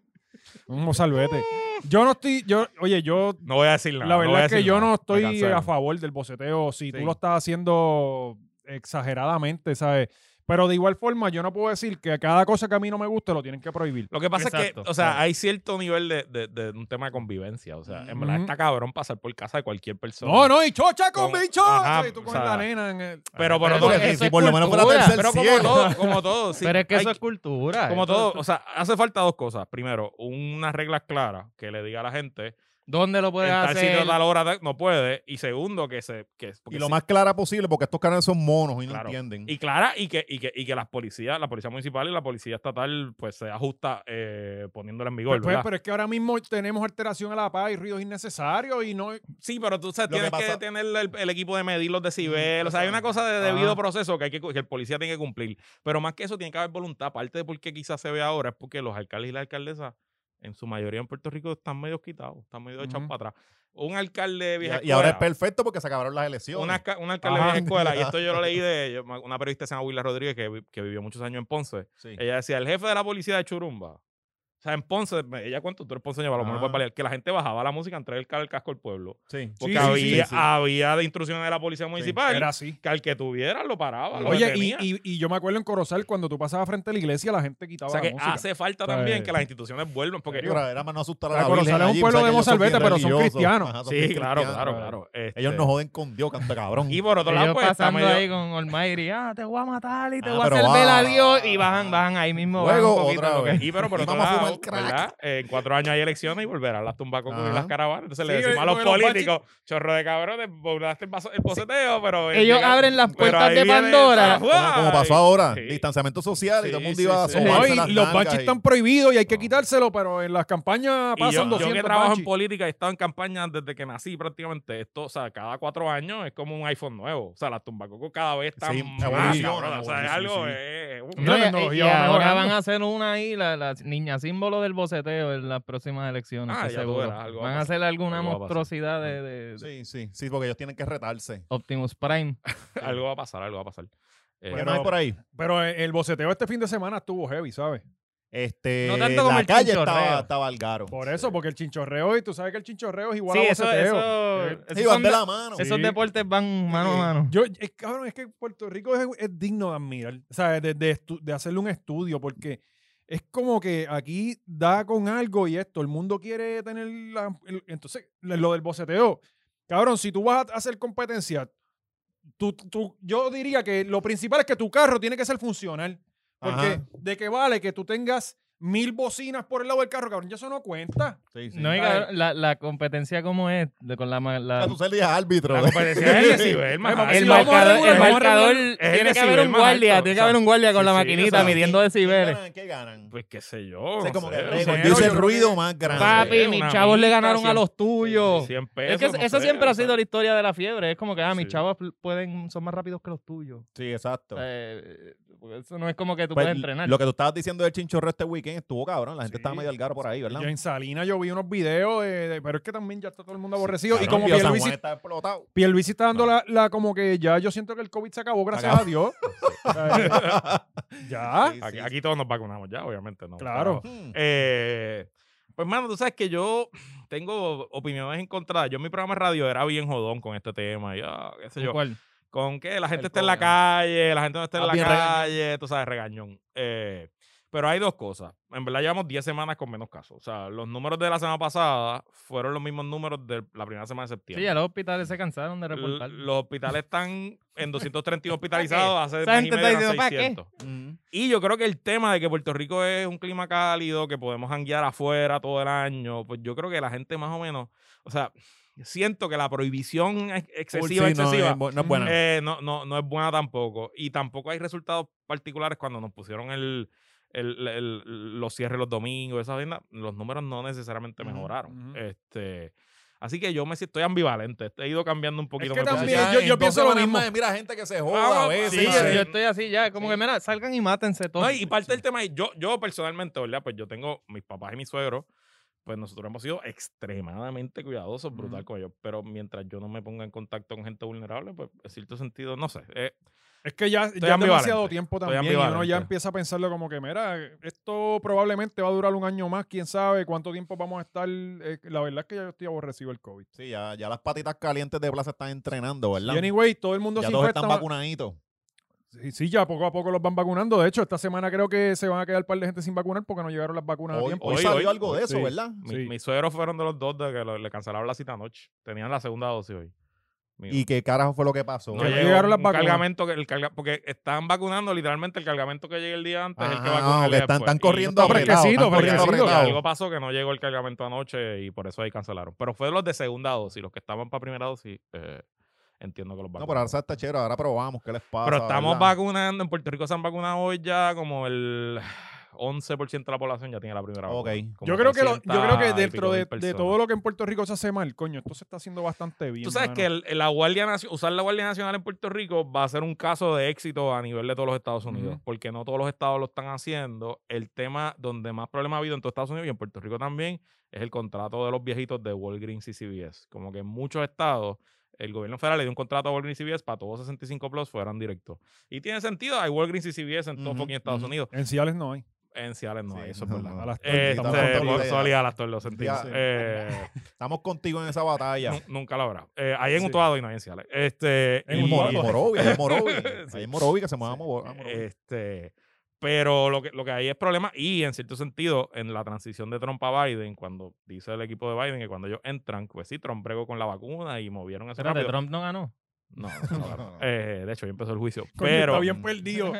Un mozalbete. Yo no estoy, yo, oye, yo, No voy a decir nada. la no voy verdad a es que decir yo nada. no Me estoy cansaron. a favor del boceteo si Sí. tú lo estás haciendo exageradamente, ¿sabes? Pero de igual forma, yo no puedo decir que cada cosa que a mí no me guste lo tienen que prohibir. Lo que pasa Exacto, es que, o sea, claro. hay cierto nivel de, de- de un tema de convivencia. O sea, en verdad Ujú. está cabrón pasar por casa de cualquier persona. No, no, y chocha con Con- bicho. ajá, y tú o con sea, la nena en el... Pero por Pero otro eso- Porque eso si es por lo menos fuera cultura, tercer Pero como cielo. todo, como todo. sí, Pero es que hay- eso es cultura. Como eso- todo, eso- o sea, hace falta dos cosas. Primero, unas reglas claras que le diga a la gente ¿Dónde lo puedes en tal sitio, hacer? tal hora, tal- no puede. Y segundo, que se... Que, porque Y lo sí- más clara posible, porque estos canales son monos y no Claro. entienden. Y clara, y que, y que, y que las policías, la policía municipal y la policía estatal, pues se ajusta eh, poniéndola en vigor, Pues, ¿verdad? pero es que ahora mismo tenemos alteración a la paz y ruidos innecesarios y no... sí, pero tú sabes, Lo que tienes que, pasa- tener el, el equipo de medir los decibeles. O sea, hay una cosa de debido Ajá. proceso que, hay que, cu- que el policía tiene que cumplir. Pero más que eso, tiene que haber voluntad. Aparte de porque quizás se ve ahora, es porque los alcaldes y las alcaldesas, en su mayoría en Puerto Rico, están medio quitados, están medio echados Ujú. para atrás. Un alcalde de Y, vieja y ahora es escuela, perfecto porque se acabaron las elecciones. una, ca- una alcalde Ajá. de vieja escuela, y esto yo lo leí de yo- una periodista que se llama Willa Rodríguez, que, vi- que vivió muchos años en Ponce. Sí. Ella decía, el jefe de la policía de Churumba. O sea, en Ponce, me- ella cuenta, tú eres ponceño, a lo mejor Ah. puedes paliar, que la gente bajaba la música, entrar el, ca- el casco al pueblo. Sí. Porque sí, había, sí, sí. había de instrucciones de la policía municipal Era así. que al que tuviera lo paraba, lo Oye, y, detenía. y- y yo me acuerdo en Corozal, cuando tú pasabas frente a la iglesia, la gente o quitaba sea, la que música. hace falta O sea, también eh, que las instituciones vuelvan, porque... Pero era más no asustar a La la Corozal Virgen es un allí, pueblo o de sea, que ellos son bien mozalbete, pero son religiosos. cristianos. Ajá, son bien sí, claro, cristianos. claro, claro. claro. Ellos este, no joden con Dios, canta cabrón. Y por otro Ellos lado, pues, está pasando medio- ahí con Almighty, ah, te voy a matar y te Ah, voy a pero hacer va. vela a Dios. Y bajan, bajan ahí mismo. bajan Luego, un poquito otra lo que- vez. pues, Y pero por Y otro vamos a fumar lado, crack. ¿verdad? En cuatro años hay elecciones y volverán las tumbacos y Ajá. las caravanas. Entonces le Sí, decimos a los porque los políticos, chorro de cabrones, volaste el, vaso- el boceteo, pero... eh, Ellos llega- abren las pero puertas ahí de viene- Pandora. Como, como pasó Ay. ahora, Sí. distanciamiento social y todo el Sí, mundo sí, iba a sí. No, asomarse y las los nalgas banchis y- están prohibidos y hay que No. quitárselo, pero en las campañas Y yo- pasan yo, 200 que trabajo en banchis. política he estado en campañas desde que nací prácticamente esto, o sea, cada cuatro años es como un iPhone nuevo. O sea, las tumbacocos cada vez están Sí, más, evolucionan, cabrón, O sea, es evolucionan, algo... sí, sí. eh, No, un- No, y- y, tecnología va ahora mejorando. van a hacer una ahí, la, la niña símbolo del boceteo en las próximas elecciones. Ah, estoy ya tú seguro. verás, algo va a van a pasar, hacer alguna algo va a pasar. monstruosidad de, de- de Sí, sí, sí, porque ellos tienen que retarse. Optimus Prime. algo va a pasar, algo va a pasar. Eh, ¿Qué más hay por ahí? Pero el el boceteo este fin de semana estuvo heavy, ¿sabes? Este, No tanto como la el calle chinchorreo. estaba, estaba al garo. Por eso, porque el chinchorreo, y tú sabes que el chinchorreo es igual Sí, a eso, boceteo. eso- Eh, esos Sí, van son de de- la mano. esos Sí. deportes van mano a mano. Eh, Yo, es- cabrón, es que Puerto Rico es, es digno de admirar, o sea, de, de estu- de hacerle un estudio, porque es como que aquí da con algo y esto, el mundo quiere tener, la- el- entonces, lo del boceteo, cabrón, si tú vas a hacer competencia, tú, tú- yo diría que lo principal es que tu carro tiene que ser funcional, porque Ajá. de que vale que tú tengas mil bocinas por el lado del carro, cabrón, ya eso no cuenta. Sí, sí. No, y Ay. cabrón, la, la competencia como es, de- con la, ma- la- Ya tú serías árbitro. la competencia es decibel, Eh, más vamos a alto. el sí, vamos a marcador, regular, el vamos a regular. Es marcador el tiene que haber decibel un más guardia, alto, tiene que o sea, haber un guardia con sí, la sí, maquinita o sea, midiendo decibeles. ¿Qué ganan? Pues qué sé yo. O sea, no como sé, que un el récord cero, dice yo el creo ruido que- más grande. Papi, Sí, mis una chavos le milita, ganaron a cien- los tuyos. 100 Es pesos, que eso, no sé, siempre o ha sea. sido la historia de la fiebre. Es como que, ah, mis Sí. chavos pl- pueden, son más rápidos que los tuyos. Sí, exacto. Eh, porque eso no es como que tú Pues, puedes entrenar. Lo que tú estabas diciendo del chinchorro este weekend estuvo cabrón. La gente Sí. estaba medio al garo por ahí, ¿verdad? Yo en Salinas yo vi unos videos, de- de- pero es que también ya está todo el mundo aborrecido. y Cabrón, como Pío San Pierluisi Juan está explotado. Pierluisi está dando No. la, la como que ya yo siento que el COVID se acabó, gracias Acabó. a Dios. O sea, eh, ya. Sí, Aquí, sí, aquí todos nos vacunamos ya, obviamente. No, Claro. sí. Hmm. Eh, pues, mano, tú sabes que yo tengo opiniones encontradas. Yo en mi programa de radio era bien jodón con este tema. y, ah, qué sé yo. ¿Cuál? Con que la gente El está en la programa. calle, la gente no está en Ah, la bien regañón. calle, tú sabes, regañón. Eh, pero hay dos cosas. En verdad llevamos 10 semanas con menos casos. O sea, los números de la semana pasada fueron los mismos números de la primera semana de septiembre. Sí, ya los hospitales se cansaron de L- reportar. los hospitales están en 231 hospitalizados hace Esa mes y gente medio está eran diciendo, ¿pa' qué? 600. Mm. Y yo creo que el tema de que Puerto Rico es un clima cálido, que podemos janguear afuera todo el año, pues yo creo que la gente más o menos, o sea, siento que la prohibición ex- excesiva, Sí, no, excesiva, es bu- no es buena. eh, no, no, no es buena tampoco. Y tampoco hay resultados particulares cuando nos pusieron el, el- el- los cierres los domingos, esa vaina, los números no necesariamente Ujú, mejoraron. ujú. Este, así que yo me si- estoy ambivalente, he ido cambiando un poquito. que mi Pero también- ya posición. yo- yo en pienso dos lo semanas mismo. más, mira, hay gente que se Vamos, joda a veces. sí, Ah, sí. Yo estoy así ya, como que, mira, salgan y mátense todos. No, y parte del tema es, yo, yo personalmente, ¿verdad? Pues yo tengo mis papás y mis suegros, pues nosotros hemos sido extremadamente cuidadosos, brutal con ellos, pero mientras yo no me ponga en contacto con gente vulnerable, pues en cierto sentido, no sé. eh, Es que ya, ya es ambivalente. demasiado tiempo Estoy también. Y uno ambivalente. ya empieza a pensarlo como que, mira, esto probablemente va a durar un año más, quién sabe cuánto tiempo vamos a estar. Eh, la verdad es que ya yo estoy aborrecido del COVID. Sí, ya, ya las patitas calientes de plaza están entrenando, ¿verdad? Y anyway, todo el mundo ya se todos infecta. están vacunaditos. Sí, sí, ya poco a poco los van vacunando. De hecho, esta semana creo que se van a quedar un par de gente sin vacunar porque no llegaron las vacunas a Hoy, tiempo. hoy Hoy- salió hoy- algo de eso, sí. ¿verdad? Mi- Sí. Mis suegros fueron de los dos de que lo- le cancelaron la cita anoche. Tenían la segunda dosis hoy. Mi- ¿Y qué carajo fue lo que pasó? no que llegó llegaron las un vacunas. cargamento que- el carga- porque están vacunando literalmente el cargamento que llegue el día antes. es el que Ajá, vacuna el Ah, que día están, después. están Y corriendo está apretado, apretados. Están fresquecito, corriendo fresquecito. Y apretados. algo pasó que no llegó el cargamento anoche y por eso ahí cancelaron. Pero fue los de segunda dosis, los que estaban para primera dosis, eh, entiendo que los No, vacunaron. pero ahora está chero, ahora probamos qué les pasa. Pero estamos ¿verdad? vacunando, en Puerto Rico se han vacunado hoy ya como el 11% de la población ya tiene la primera Ok. vacuna. Como Yo creo, que lo- 300 yo creo que y dentro pico de, mil de personas. todo lo que en Puerto Rico se hace mal, coño, esto se está haciendo bastante bien. Tú sabes mano. que el- la Guardia Nacional, usar la Guardia Nacional en Puerto Rico va a ser un caso de éxito a nivel de todos los Estados Unidos, Ujú. porque no todos los estados lo están haciendo. El tema donde más problemas ha habido en todos Estados Unidos y en Puerto Rico también es el contrato de los viejitos de Walgreens y CVS. Como que en muchos estados el gobierno federal le dio un contrato a Walgreens y CVS para todos 65 plus fueran directos. Y tiene sentido, hay Walgreens y CVS en todos Ujú, fucking Estados ujú. Unidos. En Ciales no hay. En Seattle no Sí, hay, eso no, es verdad. no. A las Eh, Estamos tortas, este, con por- tu idea. sorry, a las torres, lo sentimos. Ya. Eh, Estamos contigo en esa batalla. nu- nunca lo habrá. Eh, ahí en Sí. Utuado y no hay en Ciales. Este, En y- En Mor- en Morovi, ahí en Morovi. Sí. Ahí en Morovi que se mueva a Mor- a Morovi. Eh, Este, pero lo que, lo que hay es problema y en cierto sentido en la transición de Trump a Biden, cuando dice el equipo de Biden que cuando ellos entran, pues sí, Trump bregó con la vacuna y movieron eso Espérate, rápido. Trump no ganó. No, no, no, no. Eh, de hecho, ya empezó el juicio. Coño, pero está bien perdido.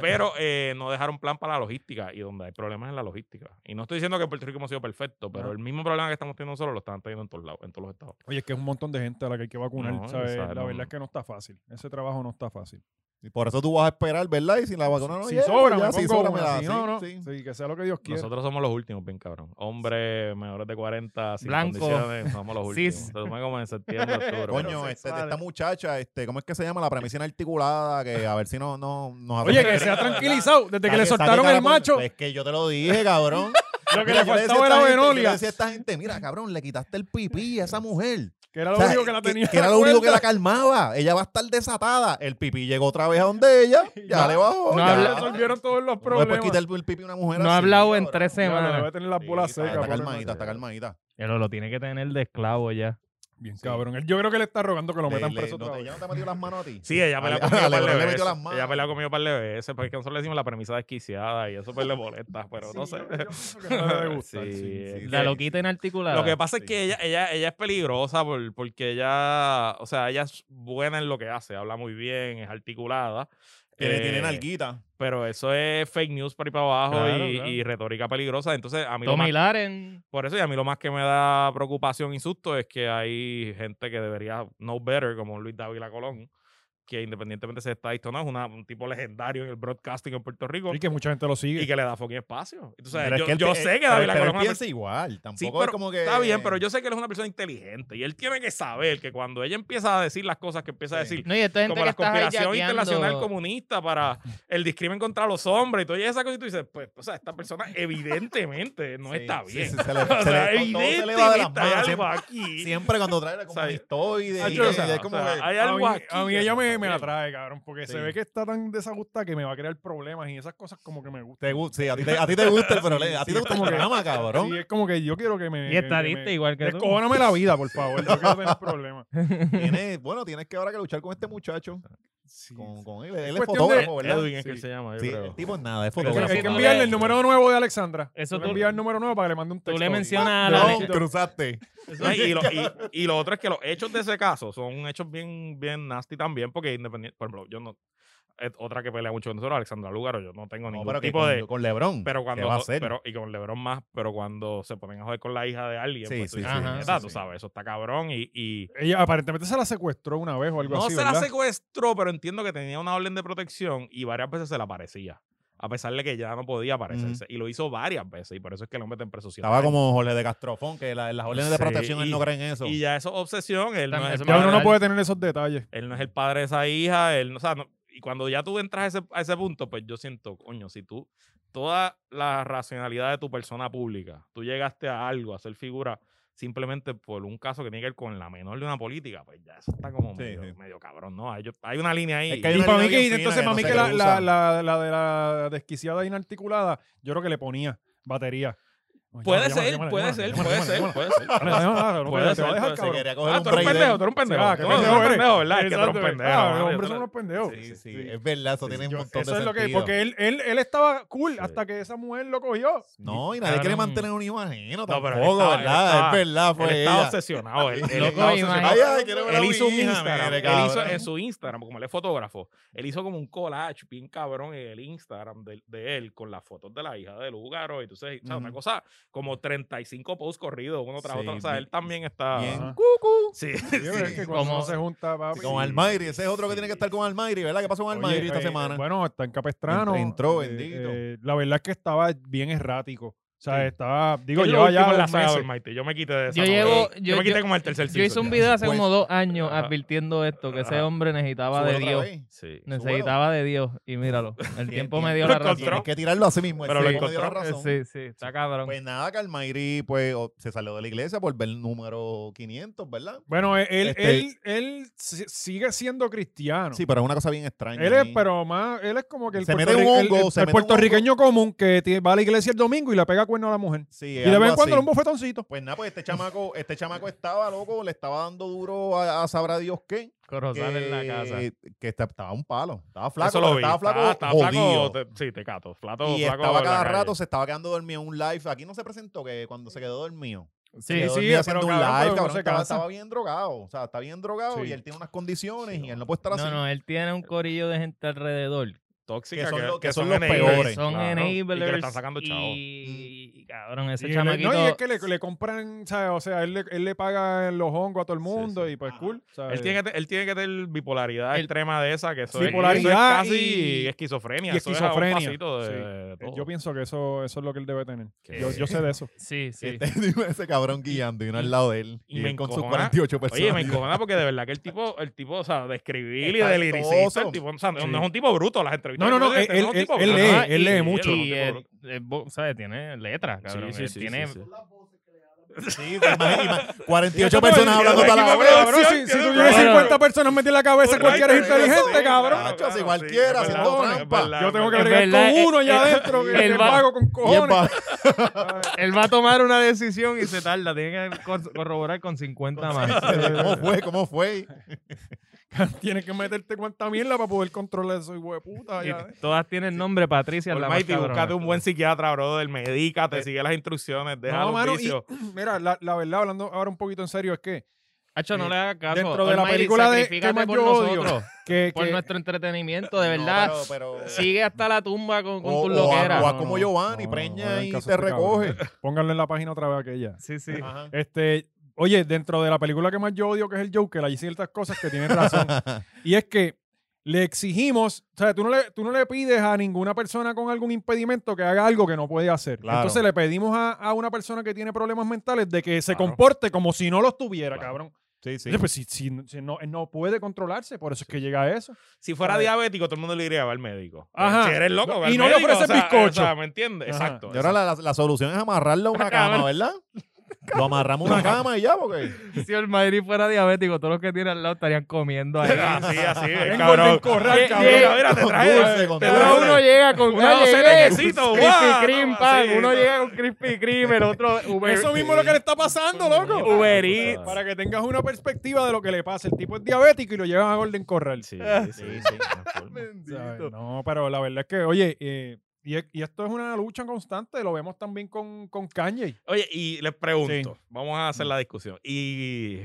pero eh, no dejaron plan para la logística y donde hay problemas en la logística. Y no estoy diciendo que en Puerto Rico hemos sido perfecto, pero No. el mismo problema que estamos teniendo nosotros lo están teniendo en todos lados, en todos los estados. Oye, es que es un montón de gente a la que hay que vacunar, No, ¿sabes? esa La no- verdad es que no está fácil. Ese trabajo no está fácil. Y por eso tú vas a esperar, ¿verdad? Y si la vacuna no si llega, sobra, me pues ya, pongo si sobra, una, me la si sí, no, no. sí. Sí, que sea lo que Dios quiera. Nosotros somos los últimos, bien cabrón. Hombres menores de 40, sin Blanco. condiciones, somos los últimos. Cis. Se supone como en septiembre, octubre. Coño, este- sexuales. esta muchacha, este, ¿cómo es que se llama? La premicina articulada, que a ver si no, no nos Oye, que se ha tranquilizado desde que le soltaron el macho. Es que yo te lo dije, cabrón. Lo que Mira, le yo decía faltaba era a esta gente, yo le Venolia, decía a esta gente, mira, cabrón, le quitaste el pipí a esa mujer. que era lo O sea, único que la tenía. que era en lo único que la cuenta. calmaba. Ella va a estar desatada. El pipí llegó otra vez a donde ella. Ya No, le bajó. no ya. habla- Resolvieron todos los No le puedes problemas. quitar el pipí a una mujer No así, ha hablado en cabrón. tres Ya, lo semanas. debe tener las bolas Sí, secas. Está pobre calmadita, macho. está calmadita. Pero lo tiene que tener de esclavo ya. Bien, Sí. cabrón. Él- Yo creo que le está rogando que lo Le- metan le- preso no otra te- vez. ¿Ella no te ha metido las manos a ti? Sí, ella pelea A- a conmigo un par Lebron de le metió veces. las manos. Ella pelea conmigo un par de veces, porque nosotros le decimos la premisa desquiciada y eso pues le molesta, pero no Sí, sé. yo- yo pienso que no le debe gustar, Sí, sí, es sí. La que- loquita inarticulada. Lo que pasa es Sí. que ella, ella, ella es peligrosa por- porque ella, o sea, ella es buena en lo que hace, habla muy bien, es articulada. Tiene, eh, tiene nalguita. Pero eso es fake news para ir para abajo Claro, y, claro. y retórica peligrosa. Entonces, a mí lo más- Tommy Laren. por eso, y a mí lo más que me da preocupación y susto es que hay gente que debería know better, como Luis Dávila Colón, que independientemente se está distonado, es una- un tipo legendario en el broadcasting en Puerto Rico Y que mucha gente lo sigue. y que le da fucking espacio. Entonces, Pero es yo, que él yo pi- sé que pero- Dávila pero Colón él es una piensa igual. Tampoco Sí, es pero como que. Está bien, pero yo sé que él es una persona inteligente y él tiene que saber que cuando ella empieza a decir las cosas que empieza a Sí. decir, No, y esta gente como que la está conspiración internacional internacional comunista para el discrimen contra los hombres y todas esas cosas, y tú dices, pues, o sea, esta persona evidentemente no Sí, está sí, bien. sí, se le- O se le- todo- todo sea, se le va de evidentemente las hay manos, algo siempre- aquí. Siempre cuando trae la O sea, comunistoide. ah, y- yo- y- o sea, es como o sea, que- hay A algo mí, aquí. a mí que ella no me, está me bien. atrae, cabrón, porque Sí. se ve que está tan desajustada que me va a crear problemas y esas cosas como que me gustan. Te gu- sí, a ti te, a ti te gusta el problema. A ti sí, te es gusta el como que- programa, cabrón. Sí, es como que yo quiero que me... Y que- que estadista me- igual que tú. Descojóname la vida, por favor. Yo quiero tener problemas. Tienes- bueno, tienes que ahora que luchar con este muchacho. Sí, Con, sí. con él. Él es cuestión de- fotógrafo, ¿verdad? Edwin es que Sí. él se llama, yo Sí, creo. el tipo es nada, es Pero Hay fotógrafo. que- hay que foto. enviarle el número nuevo de Alexandra. Eso Eso tú- tú. envías el número nuevo para que le mande un texto. Tú le ahí. mencionas No, la No, Alexandra. cruzaste. No, y, lo, y- y lo otro es que los hechos de ese caso son hechos bien, bien nasty también, porque independiente, por ejemplo, yo no, es otra que pelea mucho con nosotros, Alexandra Lúgaro, yo no tengo No, ningún pero que tipo con, de... con Lebron. Pero cuando... ¿Qué va a hacer? Pero, y con Lebron más, pero cuando se ponen a joder con la hija de alguien, Sí, pues tú sí, dices, sí, "Neta, sí, tú sí. sabes, eso está cabrón y... y Ella aparentemente se la secuestró una vez o algo no así, se ¿verdad? la secuestró, pero entiendo que tenía una orden de protección y varias veces se la aparecía. A pesar de que ya no podía aparecerse. Y lo hizo varias veces. Y por eso es que lo meten preso. siete Estaba años. como Jorge de Castrofón, que la- las órdenes de Sí, protección él y- no cree en eso. Y ya eso es obsesión. Él no es También eso el me Ya uno padre- no puede tener esos detalles. él no es el padre de esa hija, él no, o sea, no- y cuando ya tú entras a ese, a ese punto, pues yo siento, coño, si tú, toda la racionalidad de tu persona pública, tú llegaste a algo, a ser figura, simplemente por un caso que tiene que ver con la menor de una política, pues ya eso está como Sí, medio, sí. medio cabrón, ¿no? Hay, hay una línea ahí. Es que hay Y una para línea mí que, bien fina entonces, que para no mí se que la, cruza. la, la, la de la desquiciada inarticulada, yo creo que le ponía batería. Puede ser, puede ser, puede ser, puede ser. Puede Puede ser, puede Se cabrón. quería coger Ah, un tú eres break un del- pendejo, tú eres un pendejo. Ah, No, qué tú eres pendejo un eres. pendejo, ¿verdad? Es Que tú eres un Exacto. pendejo. Ah, ¿verdad? los hombres son Yo unos pendejos. Sí, sí, Sí. es verdad, eso tiene Yo- un montón eso de es lo que, sentido. porque él, él, él estaba cool Sí. hasta que esa mujer lo cogió. No, y nadie quiere Cabrón. mantener un imagino pero él tampoco, estaba- él ¿verdad? estaba- Es verdad, Él fue estaba ella. obsesionado. Él, él Loco, estaba imagínate. obsesionado. Ay, ay, quiero ver la Él hizo un Ouija, Instagram. mire, Él hizo cabrón. en su Instagram, como él es fotógrafo, él hizo como un collage bien cabrón en el Instagram de, de él con las fotos de la hija de Lugaro. Y tú sabes, o sea, una Ujú. cosa como 35 posts corridos uno tras Sí, otro. O sea, bien- él también está. Bien, Ajá. cucu. Sí. Ah, Sí, pero es que cuando como- uno se junta, papi. Con Almairi, ese es otro que tiene que estar con Almairi, ¿verdad? ¿Qué pasó con Oye, Almairi esta eh, semana? Bueno, está en Capestrano. eh, Ent- entró, bendito. la verdad es que estaba bien errático. O sea, Sí. estaba, digo, Es lo lleva ya último en la dos saga meses. del Maite. Yo me quité de esa. Yo novela. llevo- Yo yo- me quité yo- como el tercer Yo hice season. un video hace Pues- como dos años Ajá. advirtiendo esto, que ese Ajá. hombre necesitaba Sube de otra Dios. vez. Sí. Necesitaba de Dios. Y míralo, el tiempo me dio Lo la razón. encontró. Tienes que tirarlo así mismo. Pero sí, lo me dio la encontró. razón. Sí, sí, está cabrón. Pues nada, que Almairi pues, o- se salió de la iglesia por ver el número 500, ¿verdad? Bueno, e, él, él, Este- él, él si- sigue siendo cristiano. Sí, pero es una cosa bien extraña. Él es, ahí. pero más, él es como que el, Se mete un puertorri- el- hongo, el- se el mete un puertorriqueño común que tie- va a la iglesia el domingo y le pega cuerno a la mujer. Sí, Y es de algo vez en cuando así. era un bofetoncito. Pues nada, pues este chamaco, este chamaco estaba loco, le estaba dando duro a, a sabrá Dios qué. Corozal en eh, la casa. que- Que esta- estaba un palo. Estaba flaco, Eso pero lo vi. estaba flaco. Estaba- estaba Ah, flaco, jodido. te- Sí, te cato. Flaco, y flaco estaba en la cada calle. rato, se estaba quedando dormido en un live. Aquí no se presentó que cuando se quedó dormido. Se Sí, quedó sí, dormido pero haciendo un cabrón, pero live, uno cabrón, se estaba, cansa. estaba bien drogado. O sea, está bien drogado Sí. y él tiene unas condiciones Sí, y él no puede estar así. No, no, él tiene un corillo de gente alrededor. Tóxica, que son los- que son los enablers, peores. Son claro, enablers. Y que le están sacando chavos. Y, y, cabrón, ese Y le- chamaquito. no, y es que le, le compran, ¿sabes? o sea, él le, él le paga los hongos a todo el mundo sí. y pues Ajá. cool. ¿sabes? Él tiene, que, te- él tiene que tener bipolaridad El- extrema de esa, que eso, es- Bipolaridad eso es casi y- esquizofrenia. y eso era esquizofrenia. un pasito de, Sí. Eh, de todo. Yo pienso que eso, eso es lo que él debe tener. Oh. ¿Qué? Yo, yo sé de eso. Sí, sí. Este, dime, ese cabrón guiando y uno al lado de él. y Y, me él con sus encojona. 48 personas. Oye, me encojona porque de verdad que el tipo, el tipo, o sea, de escribir y Está de liricista, el todo. tipo, o sea, no- Sí. no es un tipo bruto las entrevistas. No, no, que no, tú dices, él- no es un él- tipo él bruto. lee, Ajá, él y- lee y mucho. es un Y tipo él, bruto. eh, bo- ¿sabes? Tiene letras, cabrón. sí, Él sí, tiene sí, sí. Sí, te imagino, ima- 48 Ocho personas hablando toda la equipo vez. Cabrón, si, si tú tienes Cabrón. 50 personas metidas en la cabeza, Correcto, cualquiera es sí, inteligente, sí, cabrón. Macho, si sí, cualquiera es haciendo verdad, es trampa. verdad, Yo tengo que es ver- bregar verdad, con uno eh, allá eh, adentro, que el que va- pago con Y él cojones. va- Él va a tomar una decisión y se tarda. Tiene que cor- corroborar con 50 más. ¿Cómo fue? ¿Cómo fue? Tienes que meterte cuanta mierda para poder controlar eso, hijo de puta. allá adentro. Y todas tienen nombre Patricia. la más Almighty, cabrona. búscate un buen psiquiatra, brother. Medícate, sigue las instrucciones, deja los Eh, mano, y- vicios. Mira, la, la verdad, hablando ahora un poquito en serio, es que, Hacho, no Eh, le hagas caso. dentro de la Almighty, película de sacrificate ¿Qué más por yo odio? nosotros, que, Por que- nuestro entretenimiento, de verdad. No, pero- pero- Sigue hasta la tumba con, con o, tus o a- loqueras. o a como Giovanni, No, no, preña no, en y caso te este cabrón. recoge. pónganlo en la página otra vez aquella. Sí, sí. Ajá. Este, oye, dentro de la película que más yo odio, que es el Joker, hay ciertas cosas que tienen razón. y es que le exigimos, o sea, tú no le, tú no le pides a ninguna persona con algún impedimento que haga algo que no puede hacer. Claro. Entonces le pedimos a, a una persona que tiene problemas mentales de que se Claro. comporte como si no los tuviera, Claro. cabrón. Sí, sí. Oye, pues si, si no- si no, él no puede controlarse, por eso es que llega a eso. Si fuera ¿Sabes? diabético, todo el mundo le diría, va al médico. Ajá. Si eres loco, No, va al y no le médico, ofreces o sea, bizcocho. O sea, ¿me entiendes? Ajá. Exacto. Y ahora la, la- la solución es amarrarlo a una cama, ¿verdad? Lo amarramos a una cama y ya, porque. Si el Madrid fuera diabético, todos los que tienen al lado estarían comiendo ahí. Así, Ah, así, el Engorden cabrón. corral, Llega, cabrón. Mira, mira, te trae. Dulce, con te dulce. trae uno uno. llega con Una ah, docena llegué, de quesitos, guau, Ah, Krispy Kreme, así. pan. Uno llega con Krispy Kreme, el otro Uber. Pues, Eso mismo es lo que le está pasando, loco. Uber Eats. Para que tengas una perspectiva de lo que le pasa. El tipo es diabético y lo llevan a Golden Corral. Sí, sí, sí. sí, transforma. ¿sabes? Bendito. No, pero la verdad es que, oye, eh, y, es- y esto es una lucha constante, lo vemos también con, con Kanye. Oye, y les pregunto, vamos a hacer la discusión. Y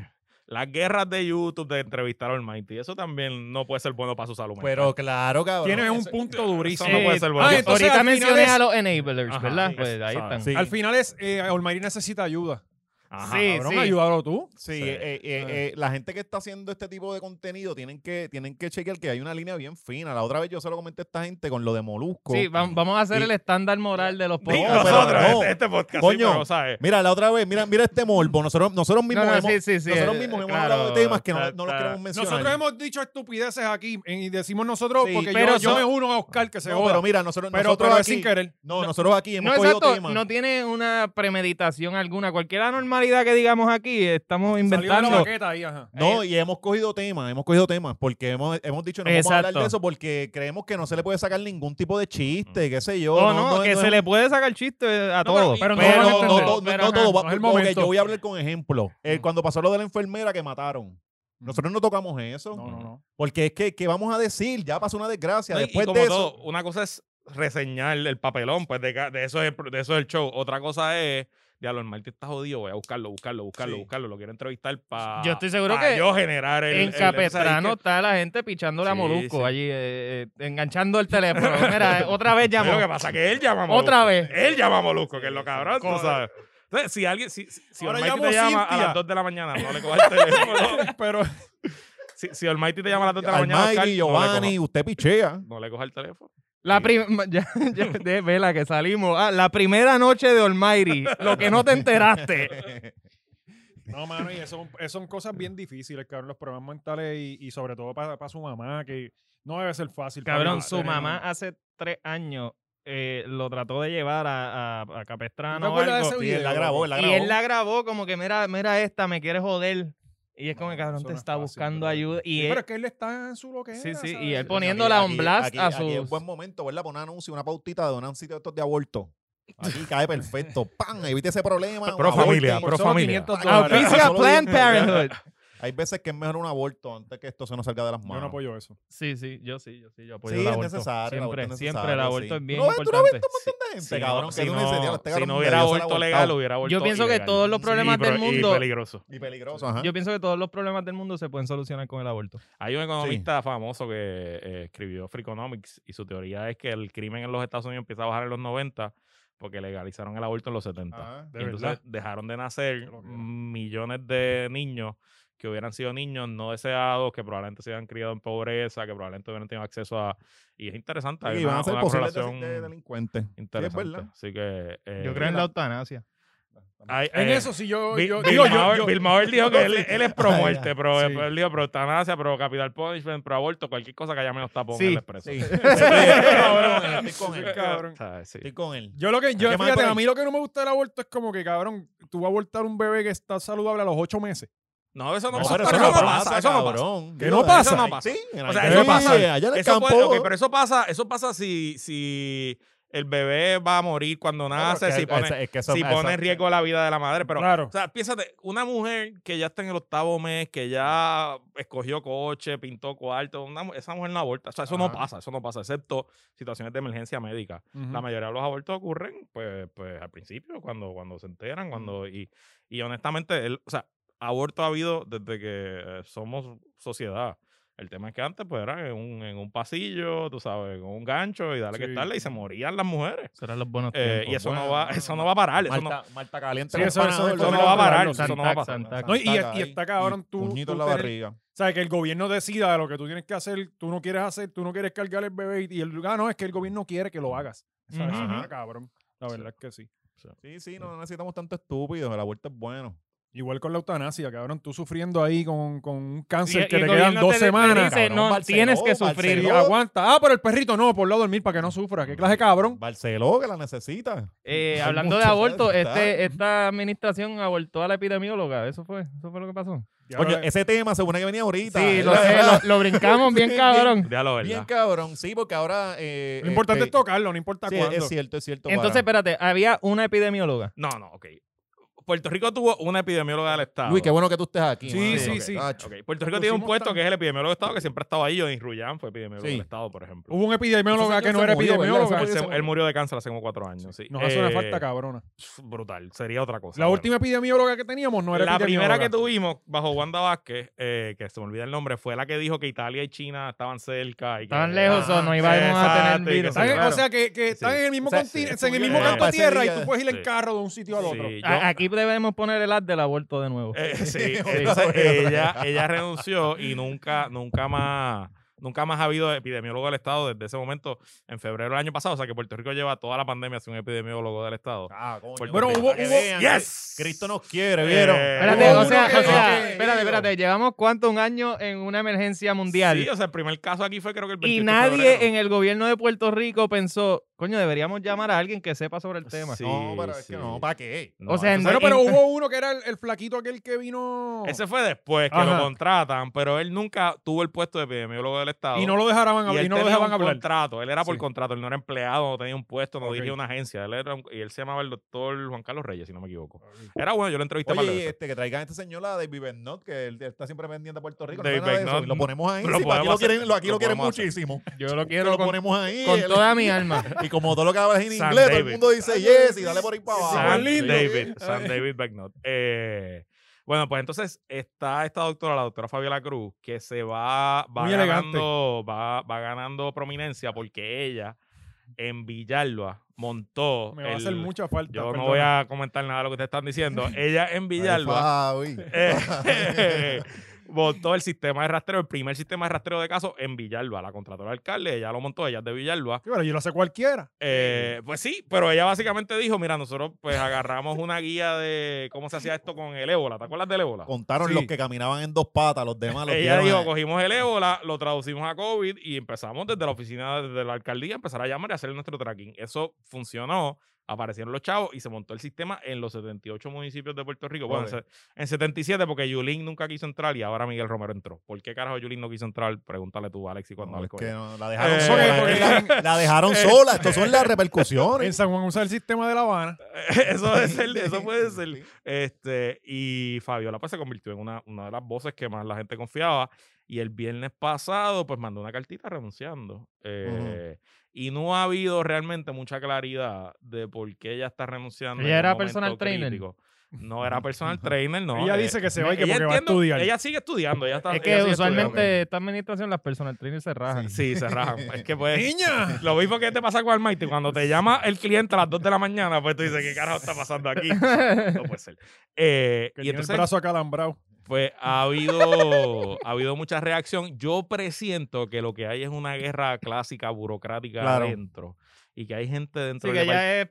las guerras de YouTube de entrevistar al Mighty, eso también no puede ser bueno para su salud mental. Pero claro, cabrón. Tienes un eso- punto durísimo. eso no puede ser bueno. Ah, entonces Ahorita al final mencioné es- a los enablers, Ajá, ¿verdad? sí, Pues ahí sabe. están. Sí. Al final es, eh, Olmairi necesita ayuda. Ajá, Sí, Cabrón, ayúdalo tú. Sí, Sí. eh, eh, eh, la gente que está haciendo este tipo de contenido tienen que, tienen que chequear que hay una línea bien fina. La otra vez yo se lo comenté a esta gente con lo de Molusco. Sí, vam- vamos a hacer Y- el estándar moral de los Sí, No, podcasts. pero nosotros, no. este, este podcast, sí, Coño. pero, ¿sabes? Mira, la otra vez, mira, mira este morbo. Nosotros, nosotros No, mismos no, hemos, sí, sí, sí. nosotros eh, mismos hemos claro, hablado de temas que no, está- no los está- queremos mencionar. Nosotros hemos dicho estupideces aquí en- y decimos nosotros Sí, porque yo- pero yo, son- me uno a Oscar que se No, joda. pero mira, nosotros, Pero- nosotros pero es aquí, sin querer. no, nosotros aquí hemos No, cogido exacto, temas. no tiene una premeditación alguna. Cualquier realidad que digamos aquí, estamos Salió de la inventando. maqueta ahí, ajá. No, eh. y hemos cogido temas, hemos cogido temas, porque hemos, hemos dicho no vamos a hablar Exacto. de eso porque creemos que no se le puede sacar ningún tipo de chiste, qué sé yo. No, no, que no se es- le puede sacar chiste a No, todo. pero- Pero, no van a no, no, entender. no, Pero, no ajá, todo va- no es el ok, momento. yo voy a hablar con ejemplo. Eh, cuando pasó lo de la enfermera que mataron, nosotros no tocamos eso. No, no, no. Porque es que, ¿qué vamos a decir? Ya pasó una desgracia. No, y- y Después como de eso. todo, una cosa es reseñar el papelón, pues de, ca- de eso es el, pro- de eso es el show. Otra cosa es, diablo, el Martín está jodido, voy a buscarlo, buscarlo, buscarlo, Sí. buscarlo. Lo quiero entrevistar para Yo estoy seguro que yo generar el... en el- el- el- Capestrano ¿sabes está la gente pichándole a Sí, Molusco sí. allí, eh, eh, enganchando el teléfono. Mira, eh, otra vez qué? llamó. Lo que pasa es que él llama a Molusco. Otra vez. Él llama a Molusco, que es lo cabrón, tú Correcto. sabes. Entonces, si alguien, si, si- si Ahora Almighty llamo te llama a Cintia. las 2 de la mañana, no le cojas el teléfono. Pero si, si Almighty te llama a las 2 de la mañana, Almighty, Oscar, Giovanni, usted pichea. no le cojas el teléfono. La prim- ya, ya, de vela que salimos. Ah, la primera noche de Almighty. lo que no te enteraste. No, mano, y eso, eso son cosas bien difíciles, cabrón, los problemas mentales y, y sobre todo para su mamá, que no debe ser fácil. ¿eh? Cabrón, papi, su tener- mamá hace tres años eh, lo trató de llevar a, a- a Capestrano ¿Te o acuerdas de algo, ese Y él la grabó, él la Y grabó. él la grabó como que, mira, mira esta, me quiere joder. Y es como, No, cabrón, eso te no es está fácil, buscando ¿verdad? ayuda. Sí, Y él- pero es que él está en su lo que Sí, era, sí, y ¿sabes? él poniéndola on blast a aquí es sus- buen momento, ¿verdad? Poner un anuncio, una pautita de un sitio de estos de aborto. Aquí cae perfecto. ¡Pam! Evite ese problema. Pro un aborto. familia, Por pro solo familia. 500 dólares. Auspicio. Ah, auspicia Solo Planned bien- Parenthood. Hay veces que es mejor un aborto antes que esto se nos salga de las Yo no manos. apoyo eso. Sí, sí, yo sí, yo sí, yo apoyo Sí, el es aborto. necesario, el aborto Siempre, es siempre el necesario, aborto sí. es bien ¿No ves? ¿Tú no ves importante. Gente, Si no- cabrón, que si tú no, me decías, este si cabrón no me hubiera dio, se la aborto abortaba. legal, hubiera aborto pienso que ilegal. todos los problemas Y del pro- mundo- Y peligroso. Y peligroso, ajá. Yo pienso que todos los problemas del mundo se pueden solucionar con el aborto. Hay un economista famoso que eh, escribió Freakonomics y su teoría es que el crimen en los Estados Unidos empieza a bajar en los 90 porque legalizaron el aborto en los 70. Ajá. De Y entonces verdad. dejaron de nacer Qué loquera. millones de niños que hubieran sido niños no deseados, que probablemente se hubieran criado en pobreza, que probablemente hubieran tenido acceso a... Y es interesante, hay Y van una, a ser una posibles correlación de- de delincuentes. Sí, es interesante. verdad. Así que... eh, Yo creo en la eutanasia. hay- En eh, eso sí yo... Bill, yo- Bill digo, yo- Maher- yo- Bill Maher dijo que él, él es pro Ah, ya. muerte, pro, Sí. él dijo pro eutanasia, pro capital punishment, pro aborto, cualquier cosa que haya menos tapón Sí, él es preso. Sí. Cabrón, Estoy con Sí, él. cabrón. ¿Sabes? Sí. Estoy con él. Yo lo que, yo, ¿Qué más fíjate, por ahí? a mí lo que no me gusta del aborto es como que, cabrón, tú vas a abortar un bebé que está saludable a los ocho meses. No, eso no, No, pasa, pero eso no pasa, eso no pasa. cabrón. Que Digo, no eso pasa. no pasa. Sí, en O sea, la- eso sí, pasa. Allá en el Eso campo. puede- ok, pero eso pasa, eso pasa si, si el bebé va a morir cuando nace, si pone, si pone en riesgo la vida de la madre. Pero, claro. o sea, piénsate, una mujer que ya está en el octavo mes, que ya escogió coche, pintó cuarto, una mu- esa mujer no aborta. O sea, eso no Ajá. pasa, eso no pasa, excepto situaciones de emergencia médica. Ujú. La mayoría de los abortos ocurren, pues, pues al principio, cuando, cuando se enteran, cuando. Y, y honestamente, el, o sea, aborto ha habido desde que eh, somos sociedad. El tema es que antes, pues, era en un, en un pasillo, tú sabes, con un gancho y darle que Sí. estarle, y se morían las mujeres. Serán los buenos Eh, y tiempos. eso no pues, bueno, va, bueno, eso no va a parar. Eso no, Marta, Marta caliente. Sí, los eso- eso- panaderos, eso los no va a parar, panaderos, eso no va a pasar. Santac, No, y, Santac y ahí, está cabrón tú, puñito tú en la tener- barriga. O sea, que el gobierno decida de lo que tú tienes que hacer, tú no quieres hacer, tú no quieres cargar el bebé y, y el ah, no, es que el gobierno quiere que lo hagas. ¿Sabes? Eso Ajá. está cabrón. La verdad es que sí. Sí, sí, no no necesitamos tanto estúpido. El aborto es bueno. Igual con la eutanasia, cabrón, tú sufriendo ahí con, con un Y- cáncer y que el te gobierno quedan dos te- te semanas. dice, Cabrón, no, Barceló, tienes que y sufrir. Barceló. aguanta. Ah, pero el perrito no, por lo dormir para que no sufra. ¿Qué clase de cabrón? Barceló, que la necesita. Eh, Hay hablando de muchos, aborto, ¿sabes? Está- este, esta administración abortó a la epidemióloga. Eso fue, eso fue lo que pasó. Ya Coño, ves. ese tema se supone que venía ahorita. Sí, lo, Era- sé, era- lo- lo brincamos bien Sí, cabrón. déjalo, ¿verdad? Bien cabrón, sí, porque ahora... eh, lo importante este, es tocarlo, no importa sí, cuándo. es cierto, es cierto. Entonces, para- espérate, había una epidemióloga. No, no, ok. Puerto Rico tuvo una epidemióloga del Estado. Luis, qué bueno que tú estés aquí. Sí, mano. sí, Ok, sí. tacho. Ok, Puerto Rico Lo tiene un hicimos puesto tan- que es el epidemiólogo del Estado, que siempre ha estado ahí. Johnny Rullán fue epidemiólogo Sí. del Estado, por ejemplo. Hubo un epidemiólogo Ese que no señor era se murió, epidemiólogo. ¿verdad? él, se- ese- él murió de cáncer hace como cuatro años. sí. Nos hace una Eh, falta cabrona. Brutal. Sería otra cosa. La bueno. última epidemióloga que teníamos no era La primera epidemióloga. que tuvimos bajo Wanda Vázquez, eh, que se me olvida el nombre, fue la que dijo que Italia y China estaban cerca. Y que- eh, Estaban lejos o no Ajá, íbamos a exacto, tener y que virus. se- Están en- Claro. O sea, que, que están Sí. en el mismo O sea, continente, sí, en el sí. mismo Eh, canto de ese tierra y día- tú puedes ir sí. en carro de un sitio al Sí, otro. yo- A- Aquí debemos poner el ad del aborto de nuevo. Eh, sí, otra entonces vez. ella, ella renunció y nunca, nunca más, nunca más ha habido epidemiólogo del Estado desde ese momento, en febrero del año pasado. O sea que Puerto Rico lleva toda la pandemia sin un epidemiólogo del Estado. Ah, coño, Puerto Bueno, para hubo- que hubo- vean que ¡Yes! Cristo nos quiere, Eh, ¿vieron? Espérate, Hubo o uno sea, que- o sea, que- espérate, espérate. Llevamos cuánto un año en una emergencia mundial. Sí, o sea, el primer caso aquí fue creo que el 28 y de nadie febrero. en el gobierno de Puerto Rico pensó, Coño, deberíamos llamar a alguien que sepa sobre el tema. no, pero es sí. que no, ¿para qué? No, O sea, eso en- se- Bueno, pero en- hubo uno que era el, el flaquito aquel que vino ese fue después que Ajá. lo contratan, pero él nunca tuvo el puesto de epidemiólogo del Estado. y no lo dejaban, Y hablar- él y no lo tenía dejaban un hablar. contrato, él era por Sí. contrato, él no era empleado, no tenía un puesto, no Ok. dirigía una agencia. Él era un- y él se llamaba el doctor Juan Carlos Reyes, si no me equivoco. Era bueno, yo lo entrevisté para Oye, y este, que traigan a este señor a David Bernot, que él, él está siempre pendiente a Puerto Rico. no David sabe nada de eso, Bernot, y lo ponemos ahí. lo sí, aquí podemos lo quieren, hacer, lo, aquí lo lo quieren podemos hacer. muchísimo. Yo lo Que quiero lo con, ponemos ahí. con él- toda mi alma. Y como todo lo que hablas en San inglés, todo el David. mundo dice yes y dale por ahí para abajo. San San lindo. David, San David Becknott. Eh, bueno, pues entonces está esta doctora, la doctora Fabiola Cruz, que se va, va Muy elegante. ganando, va, va ganando prominencia porque ella en Villalba montó. Me va a el- hacer mucha falta. Yo no perdona. voy a comentar nada de lo que ustedes están diciendo. Ella en Villalba eh, montó el sistema de rastreo, el primer sistema de rastreo de casos en Villalba. La contrató el alcalde, ella lo montó, ella es de Villalba. Sí, pero yo lo sé cualquiera. Eh, pues sí, pero ella básicamente dijo, mira, nosotros pues agarramos una guía de cómo se hacía esto con el ébola. ¿Te acuerdas del ébola? Contaron Sí. los que caminaban en dos patas, los demás los Ella tiraron dijo, ahí. cogimos el ébola, lo traducimos a COVID y empezamos desde la oficina, desde la alcaldía, empezar a llamar y hacer nuestro tracking. Eso funcionó, aparecieron los chavos y se montó el sistema en los 78 municipios de Puerto Rico. Bueno, en Joder. se- en 77 porque Yulín nunca quiso entrar y ahora Miguel Romero entró. ¿Por qué carajo Yulín no quiso entrar? Pregúntale tú, Alex, y cuando No, hables es con que él. no, la dejaron Eh, sola. porque- la- la dejaron sola. Estas son las En repercusiones. San Juan usa el sistema de La Habana. eso, es el- eso puede ser Sí. Este, y Fabiola pues se convirtió en una, una de las voces que más la gente confiaba. Y el viernes pasado, pues mandó una cartita renunciando. Eh, Y no ha habido realmente mucha claridad de por qué ella está renunciando. Ella en un era momento personal trainer. crítico. No era personal trainer, no. ella eh, dice que se va y que ella porque va a entiendo- estudiar. Ella sigue estudiando. Ella está, Es ella que sigue usualmente estudiando. esta administración las personal trainers se rajan. Sí, se rajan. Es que pues. ¡Niña! Lo mismo que te pasa con Almighty, cuando te llama el cliente a las 2 de la mañana, pues tú dices, ¿qué carajo está pasando aquí? No puede ser. Eh, Que y tiene entonces, el brazo acalambrado. pues ha habido, ha habido mucha reacción. Yo presiento que lo que hay es una guerra clásica burocrática Claro. adentro y que hay gente dentro Así del que par- ya es,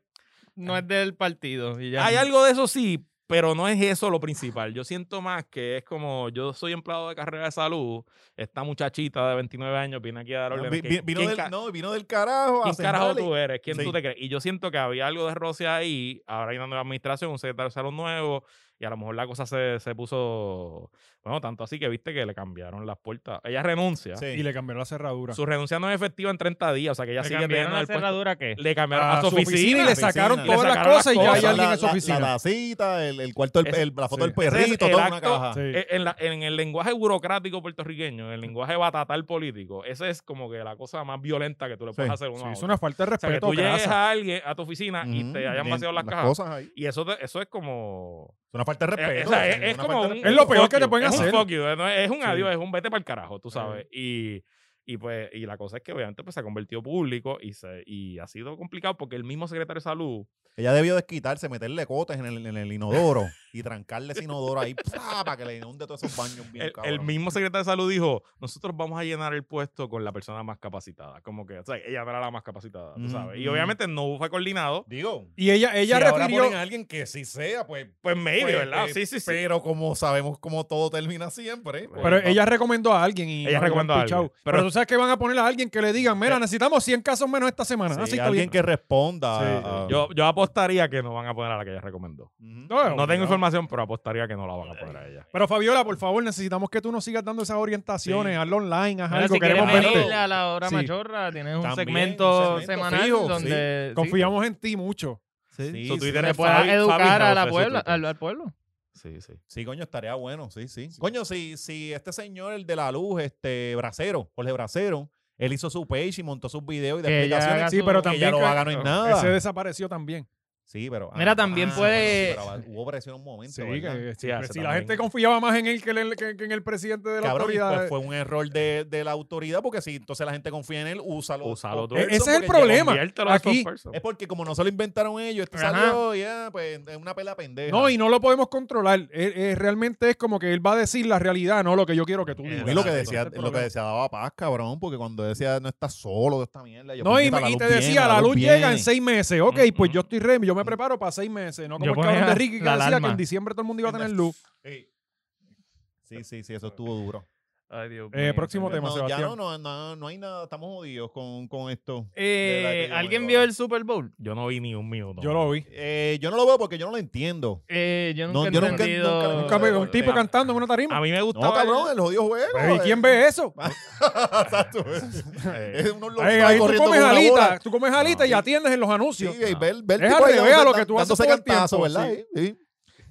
no es del partido. Y ya Hay algo de eso sí, pero no es eso lo principal. Yo siento más que es como yo soy empleado de carrera de salud, esta muchachita de 29 años viene aquí a dar órdenes. Ah, Vi- ¿Qué- vi- Vino quién del- ca- no, vino del carajo. a ¿Quién carajo sentarle. tú eres? ¿Quién Sí. tú te crees? Y yo siento que había algo de roce ahí. Ahora hay una nueva administración, un secretario de salud nuevo. Y a lo mejor la cosa se, se puso. Bueno, tanto así que viste que le cambiaron las puertas. Ella renuncia. Sí. Y le cambiaron la cerradura. Su renuncia no es efectiva en 30 días. O sea que ella ¿Le sigue cambiaron teniendo la el puesto. cerradura qué? Le cambiaron a, su oficina. y le oficina. sacaron Le todas las sacaron las cosas y ya hay cosas. alguien en su la, oficina. La, tacita, el, el cuarto, del- Ese- el- la foto sí. del Ese es perrito, el toda una acto- caja. Sí. Eh, En, la- en el lenguaje burocrático puertorriqueño, en el lenguaje batatal político, esa es como que la cosa más violenta que tú le puedes Sí. hacer a uno Sí, a es otro. una falta de O sea, que respeto. tú llegues grasa. a alguien a tu oficina y Ujú, te hayan tienen vaciado las cajas. cosas ahí. Y eso, te- eso es como. Es una falta de Eh, respeto. o sea, es, es una como falta de un- respeto. Es lo un peor fuck que te you, pueden es hacer. un fuck you, eh, no es, es un Sí. adiós, es un vete para el carajo, tú sabes. Y, y pues y la cosa es que obviamente pues, se ha convertido público y, se, y ha sido complicado porque el mismo secretario de salud Ella debió desquitarse, meterle cotes en el, en el inodoro y trancarle ese inodoro ahí ¡psa! para que le inunde todos esos baños bien el, el cabrón. mismo secretario de salud dijo, nosotros vamos a llenar el puesto con la persona más capacitada. Como que, o sea, ella era la más capacitada, tú sabes. Y Ujú. obviamente no fue coordinado. Digo, Y ella, ella si ahora refirió. ponen a alguien que sí sea, pues... Pues maybe, pues, ¿verdad? eh, Sí, sí, sí. Pero como sabemos cómo todo termina siempre. pues, Pero va- ella recomendó a alguien y Ella lo recomendó han a alguien. pichado. Pero, Pero- Eh, tú sabes que van a poner a alguien que le digan, mira, necesitamos 100 casos menos esta semana. Sí, Así está bien. alguien que responda. Sí. a- a- Ah, yo, yo apostaría que no van a poner a la que ella recomendó. Ujú. No, No tengo obligado. información, pero apostaría que no la van a poner a ella. Pero Fabiola, por favor, necesitamos que tú nos sigas dando esas orientaciones, hazlo online, haz Mira, algo, si queremos queremos quieres verte. verlo, venirle a la hora Sí. machorra, tienes un, También, un segmento segmento semanal fijo, donde sí, Confiamos en ti mucho. Sí, Su sí, Twitter se es pueda Fabi- educar Fabi a la House, es su puebla, Twitter. al, al pueblo. Sí, sí. Sí, coño, estaría bueno, sí, sí. Coño, si, si este señor, el de la luz, este Bracero, Jorge Bracero, él hizo su page y montó sus videos y de Que ella explicaciones. haga Sí, su- pero que también ella lo que- haga no es nada. Ese desapareció también. Sí, pero. Mira, también puede- bueno, sí, pero hubo presión un momento. Sí, ¿verdad? que- Sí, que hace si la también. gente confiaba más en él que en el, que- que en el presidente de la Cabrón, y autoridad. eh, pues fue un error de, de la autoridad, porque si entonces la gente confía en él, úsalo. Úsalo tú. Person, E-, Ese es el porque problema. Conviértelo a Aquí- soft person. llegó- Es porque como no se lo inventaron ellos, este Ajá. salió ya, pues es una pela pendeja. no, y no lo podemos controlar. Eh, eh, realmente es como que él va a decir la realidad, no lo que yo quiero que tú Eh, digas. Y lo que Exacto, decía, ese es el lo que problema. decía daba paz, cabrón, porque cuando decía no estás solo de esta mierda. yo, No, y, pues, puñeta, la y luz te viene, decía, la luz llega viene". en seis meses. Ok, pues Ujú. yo estoy re, yo me preparo para seis meses. No como Yo el cabrón ponía de Ricky que la decía que alarma. en diciembre todo el mundo iba a tener luz. Sí, sí, sí, sí, eso estuvo duro. Pues, Ay, Dios Eh, mío, próximo señor. tema, No, ya Sebastián. no, no, no, no hay nada. Estamos jodidos con, con esto. Eh, De verdad que yo ¿Alguien me vio jodo. el Super Bowl? Yo no vi ni un minuto. Yo lo vi. Eh, yo no lo veo porque yo no lo entiendo. Eh, yo nunca No, he yo nunca- entendido... nunca le- Un, cambio- un tipo Ah, cantando en una tarima. A mí me No, gustaba. cabrón, el jodido juego. Pero, ¿Y quién ve eso? Exacto. Eh, Es unos locos Ahí, ahí tú corriendo comes con una bola. alitas, tú comes alitas y No. atiendes en los Sí, anuncios. y ver, ver Es tipo al ahí revés a lo dan- que tú haces dándose todo el cantazo, tiempo, ¿verdad? sí. Sí.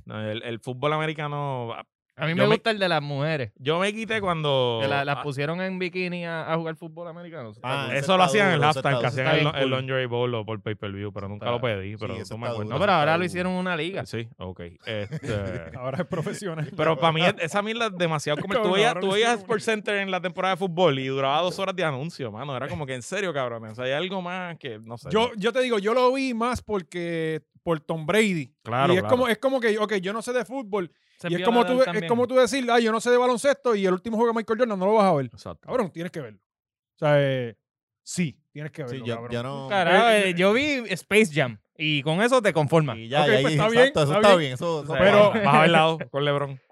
no, el, el fútbol americano. A mí Yo me me- gusta el de las mujeres. Yo me quité cuando. que Oh, la- las Ah, pusieron en bikini a, a jugar fútbol americano. Eso está Ah, cool. ese eso lo está hacían en el duro, ese halftime, está- que ese hacían está el, bien el cool. lingerie bowl o por pay-per-view, pero nunca está- lo pedí, pero sí, eso no me está acuerdo. no, duro. pero ahora lo Uh. hicieron en una Pues, liga. Sí, ok. Este, Ahora es profesional. pero para mí es- esa mierda es demasiado como Cabrón, tú veías, ahora tú lo veías hicieron Sport Center en la temporada de fútbol y duraba dos horas de anuncio, mano. Era como que en serio, cabrón. O sea, hay algo más que no sé. Yo, yo te digo, yo lo vi más porque por Tom Brady. Claro, y es claro. como es como que, ok, yo no sé de fútbol. Se y es vio como, Nadal tú, es también. como tú decir, ah, yo no sé de baloncesto y el último juego de Michael Jordan no lo vas a ver. Exacto. Cabrón, tienes que verlo. O sea, eh, sí, tienes que verlo, Sí, yo, cabrón. yo no. Carajo, Eh, eh, yo vi Space Jam y con eso te conformas. Y ya, Ok, y ahí- pues, está exacto, bien, eso está está bien. bien. Eso, eso- Pero vas a ver lado con LeBron.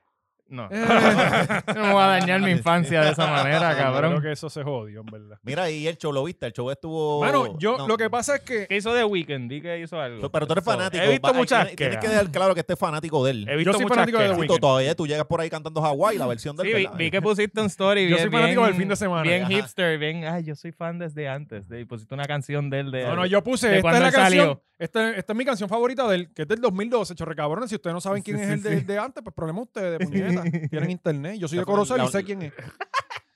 No. Eh, no me voy a dañar mi infancia de esa manera, Yo cabrón. creo que eso se jodió, en verdad. Mira, y el show, ¿lo viste? El show estuvo... Mano, yo Oh, no. lo que pasa es que ¿Qué hizo The Weeknd? Di que hizo algo. Pero tú eres Eso. fanático. He visto va- ahí muchas Tienes, tienes quejas. que dejar claro que estés fanático de él. He visto soy muchas fanático de The quejas. Weeknd. Todavía tú llegas por ahí cantando Hawái, la versión del Sí, vi, pelado. vi que pusiste un story. Yo bien- soy fanático bien- del fin de semana. Bien Ajá. hipster, bien. Ay, yo soy fan desde antes. de- y pusiste una canción de él. De, No, no, yo de puse, esta cuando es la él salió. canción, esta, esta es mi canción favorita del, que es del 2012, chorrecabrones, si ustedes no saben quién Sí, es sí, el de, sí. de antes, pues problema ustedes, puñeta, tienen internet, yo soy Esa de fue Corozal la- y sé quién es.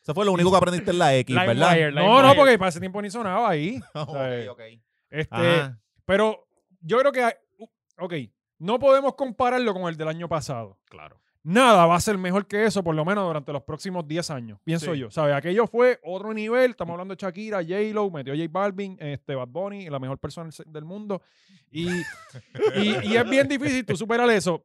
Eso fue lo único que aprendiste en la X, ¿verdad? Limewire, No, no, Limewire. porque para ese tiempo ni sonaba ahí, Ok, ok. este, Ajá. pero yo creo que, hay- uh, ok, no podemos compararlo con el del año pasado, Claro. nada va a ser mejor que eso, por lo menos durante los próximos 10 años, pienso Sí. yo. ¿Sabes? Aquello fue otro nivel. Estamos hablando de Shakira, J-Lo, metió J Balvin, este, Bad Bunny, la mejor persona del- del mundo. Y, y- y es bien difícil tú superar eso.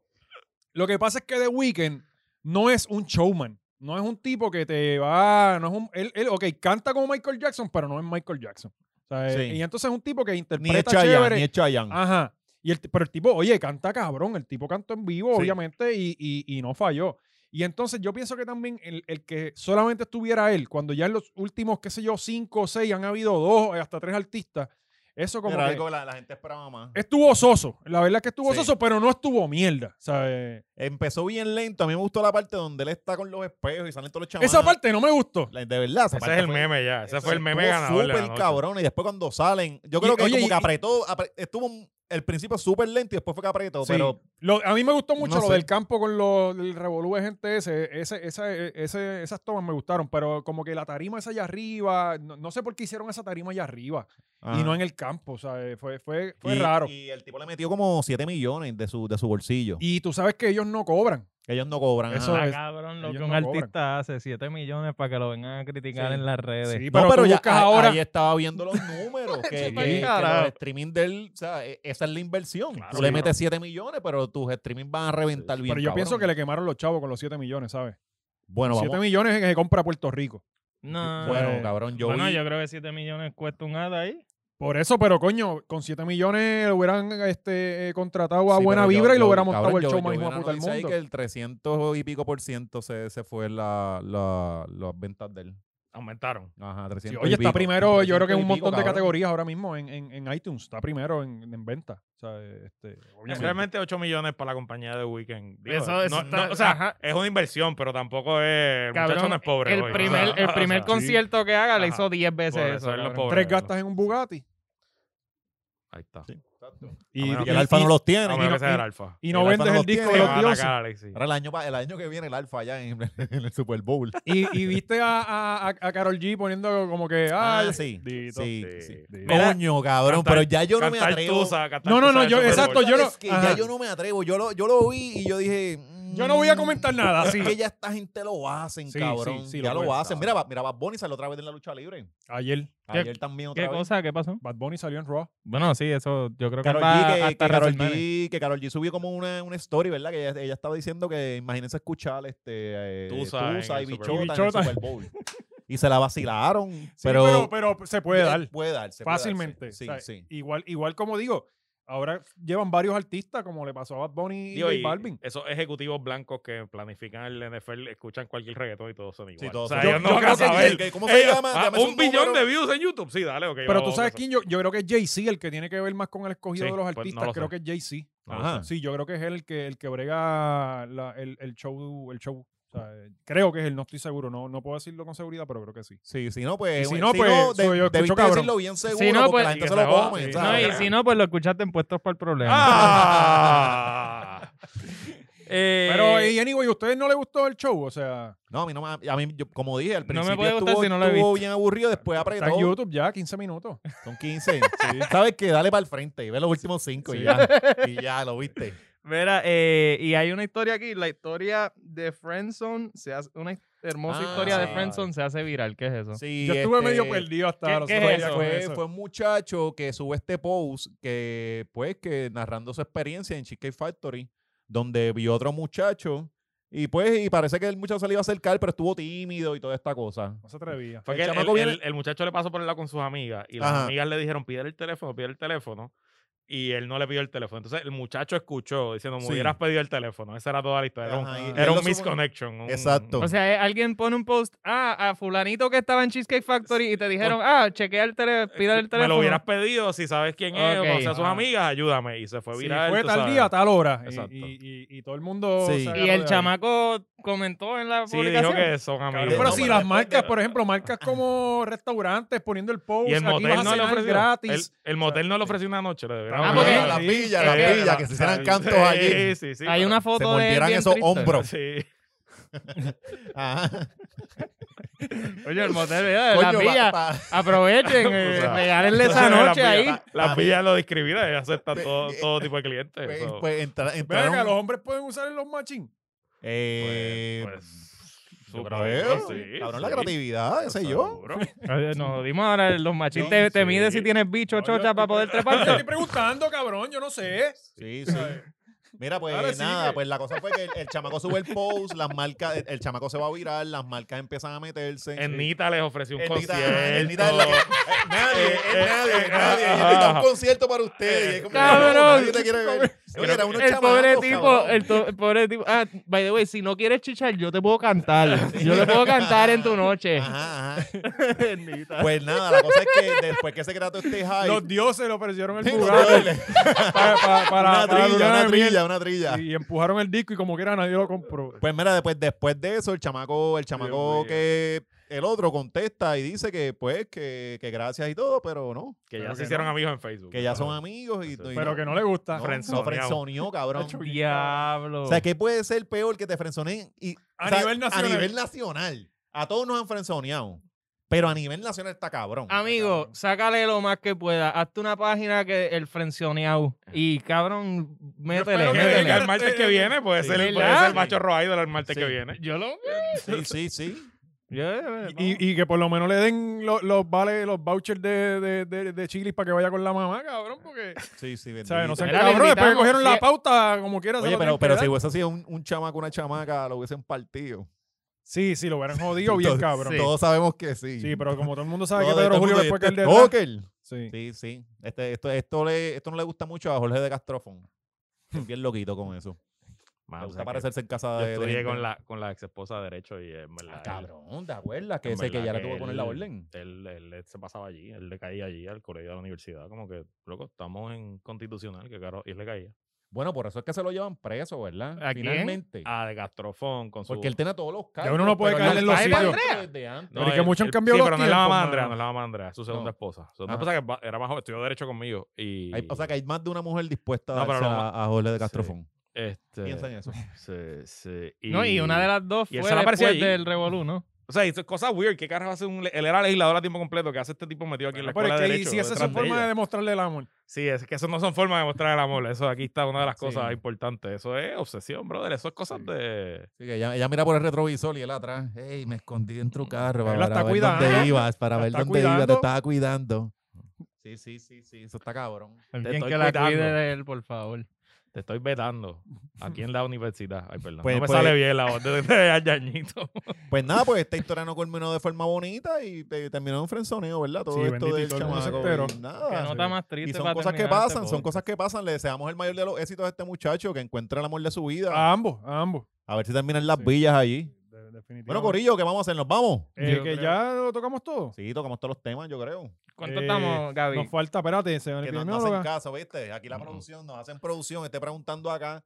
Lo que pasa es que The Weeknd no es un showman. No es un tipo que te va. No es un, él, él, ok, canta como Michael Jackson, pero no es Michael Jackson. ¿Sabes? Sí. Y entonces es un tipo que Ni es interpreta Chayanne, chévere. ni es Chayanne. Ajá. Y el, t- pero el tipo, oye, canta cabrón. El tipo cantó en vivo, Sí. obviamente, y, y- y no falló. Y entonces yo pienso que también el, el que solamente estuviera él, cuando ya en los últimos, qué sé yo, cinco o seis, han habido dos, eh, hasta tres artistas, eso como Era que algo que la, la gente esperaba más. estuvo soso. La verdad es que estuvo Sí. soso, pero no estuvo mierda. ¿sabes? Empezó bien lento. A mí me gustó la parte donde él está con los espejos y salen todos los chamanes. Esa parte no me gustó. La- De verdad, esa Ese parte es el fue- meme ya. Ese eso fue el meme estuvo ganador. de la Súper noche. cabrón. Y después cuando salen, yo creo Y- que oye, como que y- apretó, apre- estuvo un- el principio súper lento y después fue que apretó, Sí. pero Lo- a mí me gustó mucho No lo sé. del campo con lo, el revolú de gente ese, ese, esa- e, ese- Esas tomas me gustaron, pero como que la tarima esa allá arriba, no, no sé por qué hicieron esa tarima allá arriba. Ajá. y no en el campo, o sea, eh, fue, fue, fue ah. Y- raro. Y, Y el tipo le metió como 7 millones de su, de su bolsillo. tú sabes que ellos no cobran. que ellos no cobran. Eso ajá. Ah, es- cabrón, lo ellos que un no cobran. artista hace, 7 millones para que lo vengan a criticar Sí. en las redes. Sí, No, pero, tú ya buscas a- ahora. ahí estaba viendo los números. que, que- que carajo. los streaming del. O sea, e- esa es la inversión. Claro, Tú le sí, metes 7 millones, pero tus streaming van a reventar bien. pero yo pienso cabrón. que le quemaron los chavos con los 7 millones, ¿sabes? Bueno, 7 vamos. millones es que se compra Puerto Rico. No. Bueno, eh, cabrón, yo. Yo bueno, vi- yo creo que 7 millones cuesta un hada ahí. Por eso, pero coño, con 7 millones hubieran este, eh, contratado a sí, buena pero yo- vibra y yo- lo hubieran montado cabrón, el yo- show yo más vi hijo de una puta del noticia ahí mundo. que el 300 y pico por ciento se, se fue la, la, las ventas de él. Aumentaron. Ajá, Sí, 300 oye, y está pico. primero, yo creo que 300 en y un montón pico, de cabrón. categorías ahora mismo en, en, en iTunes. Está primero en, en venta. O sea, este, obviamente. Realmente 8 millones para la compañía de Weekend. Digo, Eso- eso no- está- no, o sea, ajá. es una inversión, pero tampoco es. El muchacho Cabrón, no es pobre. el hoy, o primer, sea, el primer o sea, concierto que haga le Ajá. hizo 10 veces Por eso eso. es lo cabrón. pobre. Tres gastas en un Bugatti. Ahí está. Sí. Y, menos y- Que el Alfa no y- los A tiene. menos que no- sea el alfa. y el no Alfa vendes no el los disco tiene, de Me los van a dioses. atacar, Alexis. Ahora el año, pa- el año que viene el Alfa allá en, en el Super Bowl. Y, y viste a, a, a- a Karol G poniendo como que. Ah, "Ay, sí, Dito, sí, Dito, sí. Dito". Mira, Coño, cabrón, cantar- pero ya yo no me cantar atrevo. Tusa, cantar No, no, Tusa no, del yo- Super Bowl. exacto, yo no- Es que ajá. ya yo no me atrevo. Yo lo, yo lo vi y yo dije. Yo no voy a comentar nada, "Mm, sí. Que ya esta gente lo hacen, Sí, cabrón. sí, sí, lo ya lo, pueden, hacen. claro. Mira, Ba- mira, Bad Bunny salió otra vez en la lucha libre. Ayer, ¿Qué- Ayer también otra ¿Qué vez. cosa? ¿Qué pasó? Bad Bunny salió en Raw. Bueno, sí, eso yo creo que Karol va G, que, hasta que Karol WrestleMania. G, que Karol G subió como una, una story, ¿verdad? Que ella, ella estaba diciendo que imagínense escuchar este, eh, Tusa en Tusa y el Super Bichota Bowl. en el Bichota. Super Bowl. y se la vacilaron. Sí, pero, pero se puede Eh, dar Puede darse. puede darse. fácilmente. Sí, o sea, sí. Igual, igual como digo, ahora llevan varios artistas, como le pasó a Bad Bunny y Digo, J y Balvin. Esos ejecutivos blancos que planifican el NFL escuchan cualquier reggaetón y todos son iguales. todos o sea, son- ellos Yo- no yo van creo a que- saber. que- ¿cómo se Eh, Ellos- llama? ah, Dame un su billón número. de views en YouTube. Sí, dale, ok. Pero yo- tú sabes quién yo, yo creo que es Jay-Z el que tiene que ver más con el escogido Sí, de los pues no artistas. lo creo sé. que es Jay-Z. No Ajá. lo sé. Sí, yo creo que es el que, el que brega la- el, el show. El show. O sea, eh, creo que es él, no estoy seguro. No, no puedo decirlo con seguridad, pero creo que sí. Sí, si no, pues. Y si eh, no, pues, de- soy yo, escucho debiste cabrón. decirlo bien seguro no, porque pues- la gente y se que lo se va, come. sí. No, ¿sabes? y si no, pues lo escuchaste en Puestos para el Problema. ¡Ah! Eh, Pero, y anyway, ¿a ustedes no les gustó el show? O sea, No, a mí no me. A mí, yo- como dije, al me principio puede gustar estuvo, si no lo he estuvo visto. bien aburrido, después apretó. está en YouTube ya, 15 minutos. Son 15. ¿Sabes qué? Dale para el frente y ve los últimos 5 y ya. Y ya, lo viste. Mira, eh, y hay una historia aquí, la historia de Friendzone, se hace, una hermosa Ah, historia de sí. Friendzone se hace viral, ¿qué es eso? Sí, yo estuve este, medio perdido hasta ¿qué- los qué es otros Fue, días eso? con fue- eso. fue un muchacho que sube este post que, pues, que narrando su experiencia en Cheesecake Factory, donde vio otro muchacho y, pues, y parece que el muchacho se le iba a acercar, pero estuvo tímido y toda esta cosa. No se atrevía. Fue El que el, chamaco el- viene- el- el muchacho le pasó por el lado con sus amigas y las Ajá. amigas le dijeron, pide el teléfono, pide el teléfono. Y él no le pidió el teléfono. Entonces el muchacho escuchó diciendo, me Sí. hubieras pedido el teléfono. Esa era toda la historia. Era un, Ajá, y- era él era lo un supo- misconnection. un- Exacto. O sea, eh, alguien pone un post, ah, a fulanito que estaba en Cheesecake Factory y te dijeron, ah, chequea el teléfono, pida el Me teléfono. lo hubieras pedido, si sabes quién es, o Ok. conoces a sus Ah. amigas, ayúdame. Y se fue Sí, viral. fue tú tal sabes. día, tal hora. Y, Exacto. y- y- y todo el mundo. Sí. se Y agarró y de el ahí. chamaco comentó en la Sí, dijo publicación. que son Cabrón, amigos. Pero pero no, si pero las después marcas, de- por ejemplo, marcas como restaurantes poniendo el post, y el aquí vas motel a no le cenar ofreció. gratis. eh. El, el motel no le ofreció una noche. Le debieron Ah, haber porque- dado. las Sí, villas, sí, las sí, villas, que se hicieran cantos allí. Sí, sí, sí. Hay pero- una Se foto de él mordieran bien esos triste. hombros. Sí. Ajá. Oye, el motel, ¿verdad? Coño, la pa- villa. pa- Aprovechen, O eh, sea, regálenle esa Entonces, noche las ahí. villas- Las villas lo discriminan, ellas aceptan Pe- todo, eh, todo tipo de clientes. Pues, so, pues, entra- Ven acá, entraron- los hombres pueden usar el los machín. eh, pues, yo supongo creo, que sí, cabrón, sí, la creatividad, qué sé yo. seguro. Oye, Nos dimos ahora los machín. Sí, te, te sí. mide si tienes bicho No, yo Este chocha para estoy- poder Te estoy treparte. preguntando, cabrón, yo no sé. Sí, sí. Mira, pues Ahora sí nada, que- pues la cosa fue que el, el chamaco sube el post, las marcas, el, el chamaco se va a virar, las marcas empiezan a meterse. En Nita les ofreció un El Nita- concierto. el Nita es la que- eh, nadie, es nadie, es nadie. Yo tengo un concierto para ustedes. Y es como, Cabrón. no, nadie te quiere ver. Oye, era unos El pobre chamacos, tipo, cabrón. el, to- el pobre tipo. Ah, by the way, si no quieres chichar, yo te puedo cantar. Yo te puedo cantar en tu noche. Ajá, ajá. Pues nada, la cosa es que después que se creó todo este hype. Los dioses le ofrecieron el Sí, los Bugatti dioses. para, para, para- una para la trilla, luna una de miel. trilla, una trilla. Y empujaron el disco y como quiera nadie lo compró. Pues mira, después, después de eso, el chamaco, el chamaco mío. que el otro contesta y dice que pues que, que gracias y todo, pero no, Que Pero ya que se hicieron no. amigos en Facebook. que ya son Ajá. amigos y, y Pero que no le gusta. no, frenzoneado. lo frenzoneó, cabrón. Hacho, Diablo. O sea, ¿qué puede ser peor que te frenzoneen y, A o sea, nivel nacional. A nivel nacional. A todos nos han frenzoneado. Pero a nivel nacional está cabrón. Amigo, sácale lo más que pueda. Hazte una página que el frencioneado. Y cabrón, métele. espero que- Que métele. El martes que viene puede Sí. ser el- puede ¿Verdad? ser el macho Roaido el martes Sí. que viene. Yo lo. Sí, sí, sí. Yo- eh, Y, y que por lo menos le den lo- los vales, los vouchers de, de, de, de chilis para que vaya con la mamá, cabrón, porque Sí, sí, ¿sabes? no bendito. sean Mira, cabrones, le después que invitamos. cogieron la Sí. pauta, como quiera. se Oye, lo pero, tienen que pero dar. si hubiese sido un, un chamaco, una chamaca, lo hubiesen partido. Sí, sí, lo hubieran jodido bien, Entonces, cabrón. Todos sabemos que Sí. sí. pero como todo el mundo sabe que Todo- todo Pedro el Julio mundo, después que este él de es atrás- Joker. Sí. Sí, sí. Este, esto, esto, le, esto no le gusta mucho a Jorge de Castrofón. Es bien loquito con eso. Le Mano, Ah, o gusta sea, que parecerse en casa Yo de. de estudié gente. con la, con la ex esposa de Derecho y en verdad, Ah, él- cabrón, ¿te acuerdas? Que en ese que verdad ya le tuvo que él- poner la orden. Él, él- él se pasaba allí, él le caía allí al colegio de la universidad. Como que, loco, estamos en constitucional, que claro, y él le caía. Bueno, por eso es que se lo llevan preso, ¿verdad? ¿A quién? Finalmente. Ah, de Gastrofón con su. Porque él tiene todos los cargos. uno no puede pero él caer en los está sitios. preso desde antes. Pero y que él- muchos han él- cambiado Sí, los pero no es la tiempos, mamá Andrea, mano. no es la mamá Andrea, es su segunda No. esposa. Su segunda Ajá. esposa que va- era más joven, estudió Derecho conmigo. Y, Hay- o sea, que hay más de una mujer dispuesta No, a, pero dársela lo a Jorge de Castrofón. este, Piensa en eso. sí, sí, No, y una de las dos y él fue se la apareció después allí. del Revolú, ¿no? O sea, y eso es cosa weird. ¿Qué carajo hace un.? le- Él era legislador a tiempo completo. ¿Qué hace este tipo metido aquí en la Pero escuela es de que y Derecho? si esa es detrás su de forma ella? de demostrarle el amor. Sí, es que eso no son formas de mostrar el amor. Eso aquí está una de las cosas Sí. importantes. Eso es obsesión, brother. Eso es cosas de. Así que ella, ella mira por el retrovisor y él atrás. Ey, me escondí dentro del carro para, la está para ver cuidando. dónde ibas, para La ver está dónde ibas, cuidando. te estaba cuidando. Sí, sí, sí, sí, eso está cabrón. Alguien estoy que la cuidando. Ah, cuide de él, por favor. Te estoy vetando aquí en la universidad. Ay, perdón. Pues- no me pues- sale bien la voz de, de, Yañito. Pues nada, pues esta historia no culminó de forma bonita y te- terminó en un frenzoneo, ¿verdad? Todo Sí, esto bendito, del todo el mundo se chamaco. enteró. y Que Nada. nota más triste Y son para cosas que terminar este pasan, son podcast. cosas que pasan. Le deseamos el mayor de los éxitos a este muchacho, que encuentre el amor de su vida. A ambos, a ambos. A ver si terminan las Ah. Sí. villas allí. De- definitivamente. Bueno, Corillo, ¿qué vamos a hacer? ¿Nos vamos? Eh, Yo que creo- ya lo tocamos todo. Sí, tocamos todos los temas, yo creo. ¿Cuánto Eh, estamos, Gaby? Nos falta, espérate, señor Que nos, nos hacen epidemióloga. caso, ¿viste? Aquí la Mm. producción, nos hacen producción, esté preguntando acá.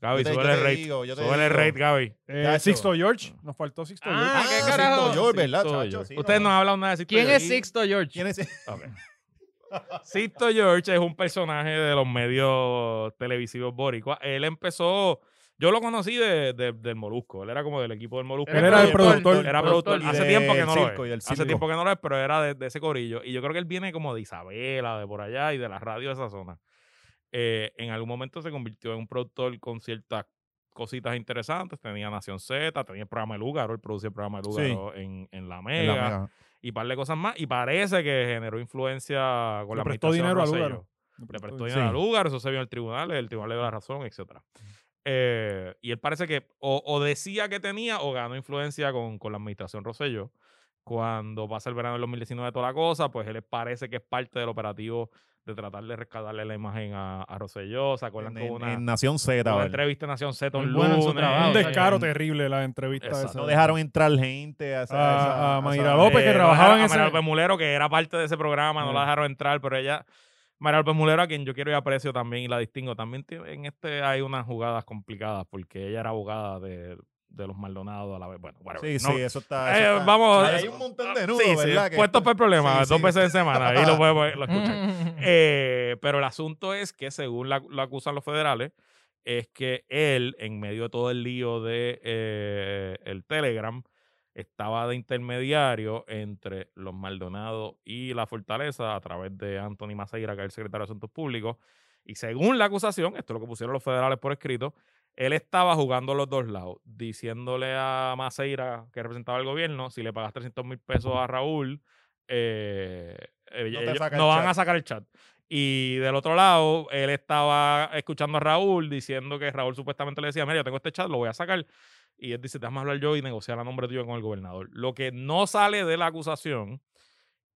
Gaby, Yo te- sube yo el te rate. digo, yo te Sube el digo. rate, Gaby. Eh, Chacho. Sixto George, nos faltó Sixto Ah, George. ¿qué Sixto carajo? George, ¿verdad, Sixto chacho? George. Sí, Ustedes no. nos hablan una de Sixto ¿Quién George. es Sixto George? ¿Quién es ese? Sixto George es un personaje de los medios televisivos boricuas. Él empezó, yo lo conocí de, de- del Molusco, él era como del equipo del Molusco. Él era el productor. Era productor. Y Hace del tiempo que no circo, y lo del es. Hace circo. tiempo que no lo es, pero era de, de ese corillo. Y yo creo que él viene como de Isabela, de por allá y de la radio de esa zona. Eh, en algún momento se convirtió en un productor con ciertas cositas interesantes. Tenía Nación Z, tenía el programa de Lugaro, él producía el programa de Lugaro en, en La Mega y par de cosas más. Y parece que generó influencia con Le la prestó administración dinero a Rosselló. Lugaro. Le prestó dinero a Lugar, eso se vio en el tribunal, el tribunal le dio la razón, etcétera. Eh, y él parece que o, o decía que tenía o ganó influencia con, con la administración Rosselló. Cuando pasa el verano del 2019 toda la cosa, pues él parece que es parte del operativo de tratar de rescatarle la imagen a, a Rosselló. ¿Se acuerdan En, que hubo en- una, en Nación Z, una ¿verdad? entrevista en Nación Z un Muy bueno en su lunes? trabajo, Un Exacto. descaro terrible la entrevista Exacto. esa. No dejaron entrar gente. A, esa- A- esa- a esa- Mayra López, que Eh, trabajaba en a ese- María López Mulero, que era parte de ese programa, no la Mm. Sí. dejaron entrar, pero ella, María López Mulero, a quien yo quiero y aprecio también y la distingo, también tiene- en este hay unas jugadas complicadas porque ella era abogada de, de los Maldonados a la vez. Bueno, whatever. Sí, No- sí, eso está. Eh, eso está- vamos, Ahí Hay eso- un montón de ah, nudos, sí, sí, ¿verdad? Que- puestos para el problema, Sí, dos sí. veces en semana, ahí lo, podemos, lo escuchan. Mm. Eh, pero el asunto es que, según la- lo acusan los federales, es que él, en medio de todo el lío de eh, el Telegram, estaba de intermediario entre los Maldonados y la Fortaleza a través de Anthony Maceira, que es el secretario de Asuntos Públicos. Y según la acusación, esto es lo que pusieron los federales por escrito, él estaba jugando los dos lados, diciéndole a Maceira, que representaba el gobierno, si le pagas 300 mil pesos a Raúl, eh, eh, No te ellos saca el no van chat. a sacar el chat. Y del otro lado, él estaba escuchando a Raúl diciendo que Raúl supuestamente le decía, mira, yo tengo este chat, lo voy a sacar. Y él dice, déjame hablar yo y negociar a nombre tuyo con el gobernador. Lo que no sale de la acusación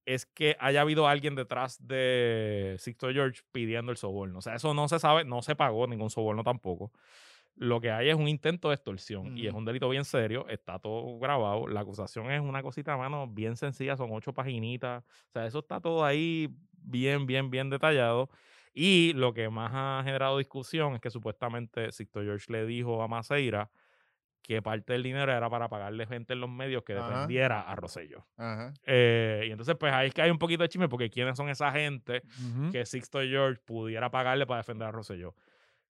es que haya habido alguien detrás de Sixto George pidiendo el soborno. O sea, eso no se sabe, no se pagó ningún soborno tampoco. Lo que hay es un intento de extorsión y es Ujú. un delito bien serio, está todo grabado. La acusación es una cosita, mano, bien sencilla, son ocho paginitas. O sea, eso está todo ahí bien, bien, bien detallado. Y lo que más ha generado discusión es que supuestamente Sixto George le dijo a Maceira que parte del dinero era para pagarle gente en los medios que Ajá. defendiera a Rosello. Ajá. Eh, y entonces, pues ahí es que hay un poquito de chisme, porque quiénes son esa gente Ujú. que Sixto George pudiera pagarle para defender a Rosselló.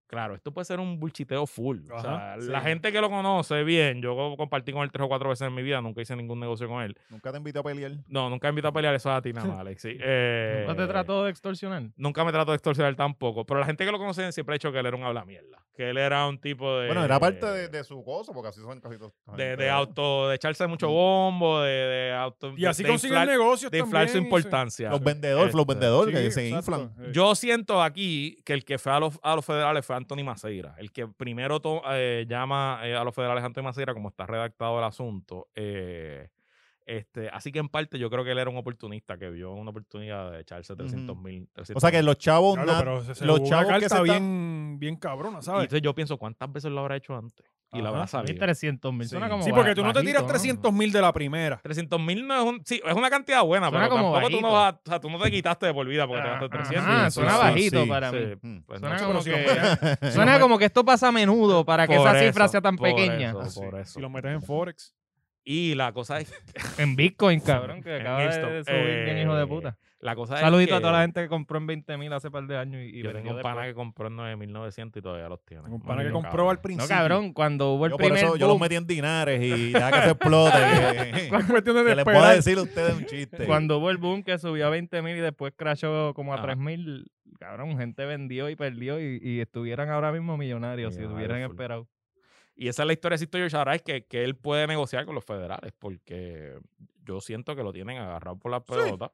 Claro, esto puede ser un bulchiteo full. O sea, Ajá, la sí. gente que lo conoce bien, yo co- compartí con él tres o cuatro veces en mi vida, nunca hice ningún negocio con él. Nunca te invito a pelear. No, nunca invito a pelear eso a ti nada más, Alexi. Eh, Mm. ¿No te trató de extorsionar? Nunca me trato de extorsionar tampoco, pero la gente que lo conoce siempre ha dicho que él era un habla mierda, que él era un tipo de... Bueno, era parte de, de su cosa, porque así son casi todos. Este, de, de auto, de echarse mucho bombo, de, de auto... Y así de consiguen inflar- negocios de también. inflar su y se- importancia. Los vendedores, los Este, vendedores que Sí, se exacto. inflan. Eh, Yo siento aquí que el que fue a los, a los federales fue Anthony Maceira. El que primero to- eh, llama eh, a los federales Anthony Maceira, como está redactado el asunto. eh, este, así que en parte yo creo que él era un oportunista que vio una oportunidad de echarse 300 mil. O sea que los chavos. diablo, na- pero se- se los jugó una chavos que carta se están- bien, bien cabrona, Y ¿sabes? entonces yo pienso cuántas veces lo habrá hecho antes. Y la Ajá. habrá Mil sabido. 300 mil. Sí. Suena como Sí, porque tú no bajito, te tiras 300 mil de la primera. 300 mil no es, un, sí, es una cantidad buena, Suena pero como tampoco tú no, bajito. Ah, vas, a- o sea, tú no te quitaste de por vida porque te Ajá, gastaste 300. ajá, Sí, suena sí, bajito sí, para Sí, mí. Mm. pues no, Suena chico, pero como si que- lo metes- Suena como que esto pasa a menudo para que por esa cifra eso, sea tan por pequeña. eso, Sí, por eso. Si lo metes en Forex. Y la cosa es En Bitcoin, cabrón, que En acaba de GameStop. subir bien, hijo Eh, de puta. La cosa Saludito es a toda la gente que compró en 20 mil hace par de años y, y Yo tengo vendió un pana después. que compró en 9900 y todavía los tiene. Un pana que Maldito compró al cabrón. principio. No, cabrón, cuando hubo el Yo por primer eso yo los boom, metí en dinares y ya que se explote. que- Es cuestión de que les despegar. pueda decir a ustedes un chiste. cuando hubo el boom que subió a 20 mil y después crashó como a Ajá. 3 mil, cabrón, gente vendió y perdió y, y estuvieran ahora mismo millonarios si Millonarios hubieran full. esperado. Y esa es la historia de Sixto George ahora, es que, que él puede negociar con los federales, porque yo siento que lo tienen agarrado por las pelotas.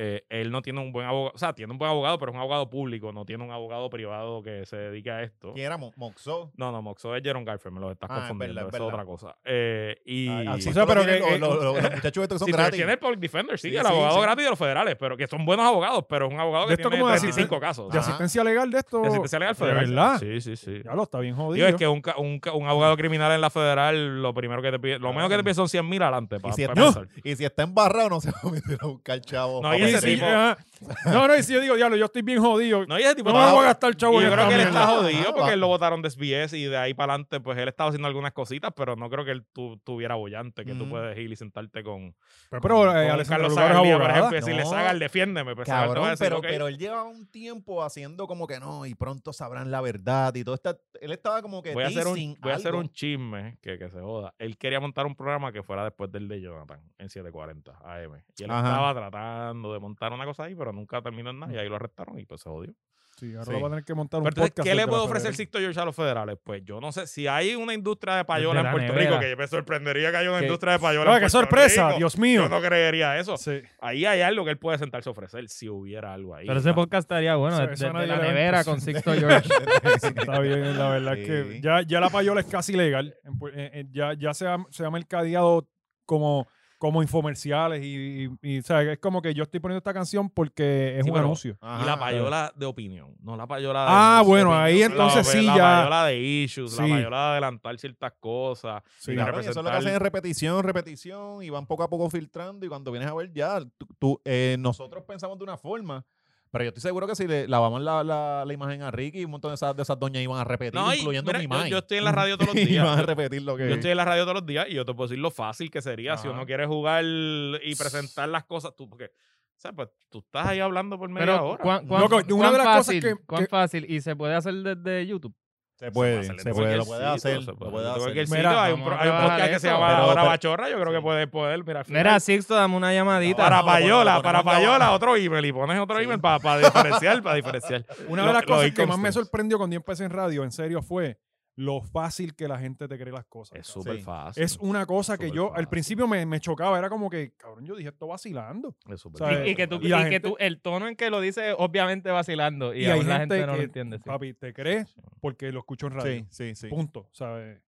eh, él no tiene un buen abogado, o sea, tiene un buen abogado, pero es un abogado público, no tiene un abogado privado que se dedique a esto. ¿Quién era Mo- Moxó? No, no, Moxo es Jerome Garfield, me lo estás Ah, es confundiendo, verdad, es eso es verdad. otra cosa. Eh, y Ah, así O es sea, como pero tienen que- los, los- los- los muchachos estos que son eh, si gratis. tiene el public defender, sí, Sí, el sí, abogado sí. gratis de los federales, pero que son buenos abogados, pero es un abogado De que esto tiene como de asisten- 35 casos. De Ajá. asistencia legal de esto. De asistencia legal ¿De federal. verdad? Sí, sí, sí. Ya lo está bien jodido. Digo, es que un, ca- un, ca- un abogado criminal en la federal, lo primero que te pide, lo menos que te pide son 100 mil adelante. pa- Y si, pa está, empezar. y si está embarrado, no se va a meter a buscar chavo. No, pa' y Oye, ese sí, meterle. tipo- ajá. No, no, y si yo digo, diablo, yo estoy bien jodido. No, No, y ese tipo me estaba- voy a gastar y chavo en yo creo esta que él mierda. está mierda. jodido Ah, porque va. él lo votaron de SBS y de ahí para adelante, pues él estaba haciendo algunas cositas, pero no creo que él tu- tuviera bollante, que tú Ujú. puedes ir y sentarte con, Pero, con- pero con eh, un Alessandro Lugaro Carlos es Zagarría, por abogada. ejemplo, y decirle, No. Sagar, defiéndeme. Pues Zagar te va a Cabrón, decir, pero, "Ok". pero él llevaba un tiempo haciendo como que no, y pronto sabrán la verdad y todo. Está, él estaba como que. voy a hacer un, teasing voy a hacer algo. un chisme que, que se joda. Él quería montar un programa que fuera después del de Jonathan en 740 AM. Y él Ajá. estaba tratando de montar una cosa ahí, pero nunca terminó en nada. Y ahí lo arrestaron y pues se jodió. Sí, ahora Sí. lo va a tener que montar un Pero entonces, podcast. ¿qué desde le la puede ofrecer federal. Sixto George a los federales? Pues yo no sé. Si hay una industria de payola Desde en la Puerto nevera. Rico, que me sorprendería que haya una Que- industria de payola. No, en ¡Ah, ¡Qué Puerto sorpresa! Rico, ¡Dios Yo mío! no creería eso. Sí. Ahí hay algo que él puede sentarse a ofrecer si hubiera algo ahí. Pero ese podcast estaría bueno, Eso- de- eso desde nadie la le va a nevera impresionar. con Sixto George. Está bien, la verdad es que Sí. ya, ya la payola es casi legal. En pu- en- en- Ya, ya se, ha, se ha mercadeado como, como infomerciales y, y- y, ¿sabes? es como que yo estoy poniendo esta canción porque es Sí, un pero- anuncio. Y la Ajá. payola de opinión, no la payola de. Ah, negocio. bueno, ahí La- entonces sí la ya. payola de issues, la Sí. payola de adelantar ciertas cosas. Sí. Y de cabrón, y eso es lo que representar- hacen en repetición, repetición, y van poco a poco filtrando. Y cuando vienes a ver, ya, tú, tú, eh, nosotros pensamos de una forma, pero yo estoy seguro que si le lavamos la, la, la imagen a Ricky, un montón de esas, de esas doñas iban a repetir, No, y incluyendo mira, mi yo- imagen. Yo, estoy en la radio todos los Y van a días. Yo- repetir lo que. Yo estoy en la radio todos los días y yo te puedo decir lo fácil que sería si Ajá. uno quiere jugar y presentar las cosas. Tú, porque, o sea, pues tú estás ahí hablando por media Pero hora. ¿cuán, cuán- Loco, una cuán de las cosas fácil, que- cuán que- fácil y se puede hacer desde YouTube. Se puede hacer puede, de se puede, lo cualquier puede sitio, hacer. se Lo puede puede hacer de hacer. cualquier Mira, sitio. hay, un, vamos pro- a hay un trabajar podcast que se eso. llama Pero- Ahora pero- Bachorra. Yo creo que sí. puede poder. Mira, al final- Mira, Sixto, dame una llamadita. para No, lo ponemos- payola, lo para ponemos en la- payola, otro email y pones otro Sí. email para diferenciar, para diferenciar. Una Lo- de las lo cosas di que más me constant. sorprendió cuando yo empecé en radio, en serio, fue lo fácil que la gente te cree las cosas. Es cabrón. súper fácil. Es una cosa que Súper yo al fácil. principio me, me chocaba. Era como que, cabrón, yo dije esto vacilando. Es súper ¿Sabes? fácil. Y, y que tú, Y la y que gente- tú- el tono en que lo dices, obviamente vacilando. Y, Y, hay aún gente, la gente, no que, lo entiende. sí. papi, te crees porque lo escucho en radio. Sí, sí, sí. Punto, ¿sabes?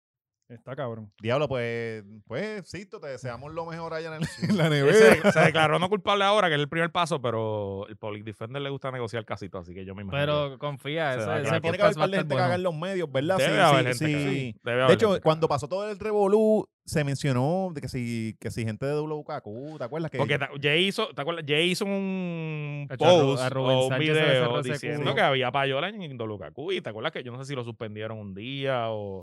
Está cabrón. Diablo, pues, pues, Sisto, te deseamos lo mejor allá en, el- en la nevera. Se, se declaró no culpable ahora, que es el primer paso, pero el public defender le gusta negociar casito, así que yo me imagino. Pero confía, Se ese, va a ese quedar. Tiene que haber podcast va a par de estar gente que haga en bueno. los medios, ¿verdad? Debe Sí, haber sí, gente que haga. sí. Debe De haber hecho, gente que cuando haga. pasó todo el revolú, se mencionó de que si, que si gente de WKQ, ¿te acuerdas? Que Porque ta- Jay hizo, ¿te acuerdas? Jay hizo un Cacho, a Ru- post a Rubén o un Sánchez se le cerró video ese diciendo culo. que había payola en WKQ. Y te acuerdas que yo no sé si lo suspendieron un día o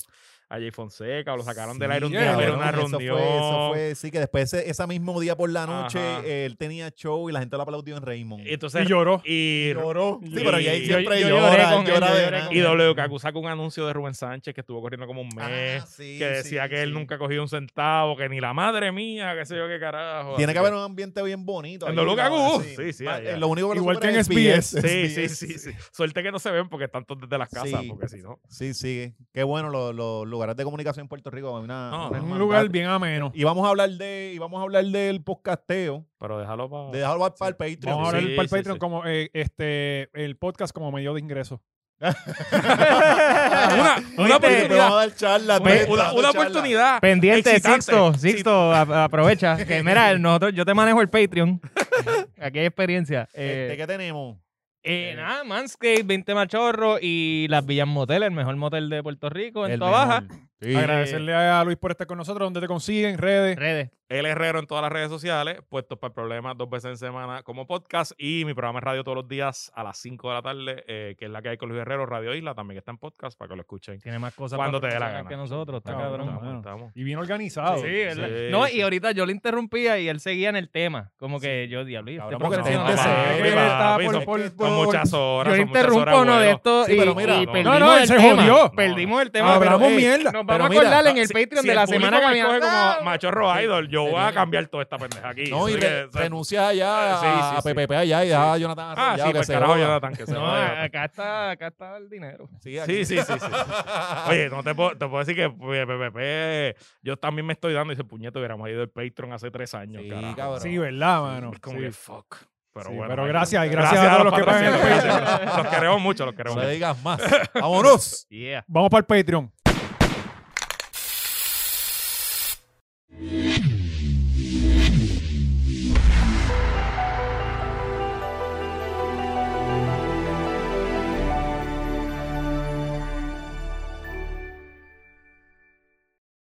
a Jay Fonseca o lo sacaron del aire un Sí, día, pero cabrón, una eso reunión. fue- eso fue, sí, que después ese, ese mismo día por la noche Ajá. él tenía show y la gente lo aplaudió en Raymond. Entonces, y lloró. y- lloró. Sí, y- pero ahí yo- siempre yo lloré llora, con él, llora yo de lloré nada. con y WKQ sacó un anuncio de Rubén Sánchez que estuvo corriendo como un Ah, mes. sí, que decía sí, que él sí. nunca cogió un centavo, que ni la madre mía, que sé yo qué carajo. Tiene así que haber un ambiente bien bonito. En ahí, WKQ, ¿no? uh, sí, sí, Ah, allá. eh, Lo único que lo Igual supera que en es SBS. Sí, sí, sí, sí. Suerte que no se ven porque están todos desde las casas, Sí. porque si no. Sí, sí. Qué bueno los, los lugares de comunicación en Puerto Rico. hay una- No, una Es un hermandad. lugar bien ameno. Y vamos a hablar de, y vamos a hablar del podcasteo. Pero déjalo para. De dejarlo para el Patreon. Vamos a hablar Ah, Sí, para el sí, Patreon sí. como eh, este el podcast como medio de ingreso. una una Pero te vamos a oportunidad. dar charla. Una, te- una- dando una charla. oportunidad. Pendiente, excitante. Sixto, Sí. Sixto, a- aprovecha. Que mira, nosotros, yo te manejo el Patreon. Aquí hay experiencia. Este, Eh, ¿Qué tenemos? eh, nada, Manscaped, 20 Machorro y Las Villas Motel, el mejor motel de Puerto Rico, en El toda baja. mejor. Sí. Agradecerle a Luis por estar con nosotros, donde te consiguen redes. Redes. El Herrero en todas las redes sociales, puestos para el problema dos veces en semana como podcast y mi programa de radio todos los días a las 5 de la tarde, eh, que es la que hay con Luis Herrero, Radio Isla, también que está en podcast para que lo escuchen. Tiene más cosas Cuando te dé la promocionar gana. que nosotros, está Cabrón, cabrón. mano. Estamos, estamos. Y bien organizado. Sí, ¿verdad? Oh, sí, no, sí. y ahorita yo le interrumpía y él seguía en el tema. Como que yo, diablo, y este Cabrón, porque te profesional. empecé. Ah, papi, papi, por- son- por- Son por- muchas horas. son muchas Yo horas, interrumpo uno de bueno. estos Sí, y, pero mira, y no, perdimos no, no, él el se tema. jodió. Perdimos el tema. pero, Hablamos eh, mierda. Nos pero vamos mira, a acordar en el si- Patreon si de la público semana me que coge viene. como machorro idol, yo Se voy a viene. cambiar toda esta pendeja aquí. No, y re- Así que- renuncias allá Ah, sí, a sí, sí. PPP allá y deja a Jonathan Ah, sí, Arroyado que pues se carajo, joda. Jonathan, que se pues". No, eh, joda. acá está, acá está el dinero. Sí, aquí. Sí, sí, sí, sí, sí. Oye, no te puedo, te puedo decir que pues, PPP, yo también me estoy dando ese puñeto, hubiéramos ido el Patreon hace tres años. Sí, carajo. cabrón. Sí, ¿verdad, mano? Es como Sí. que fuck. Pero Sí, bueno. pues, pero hay- gracias, y gracias, a todos los que pagan el patrocinadores. Patreon. Los queremos mucho, los No queremos le mucho. digas más. ¡Vámonos! Yeah. Vamos para el Patreon.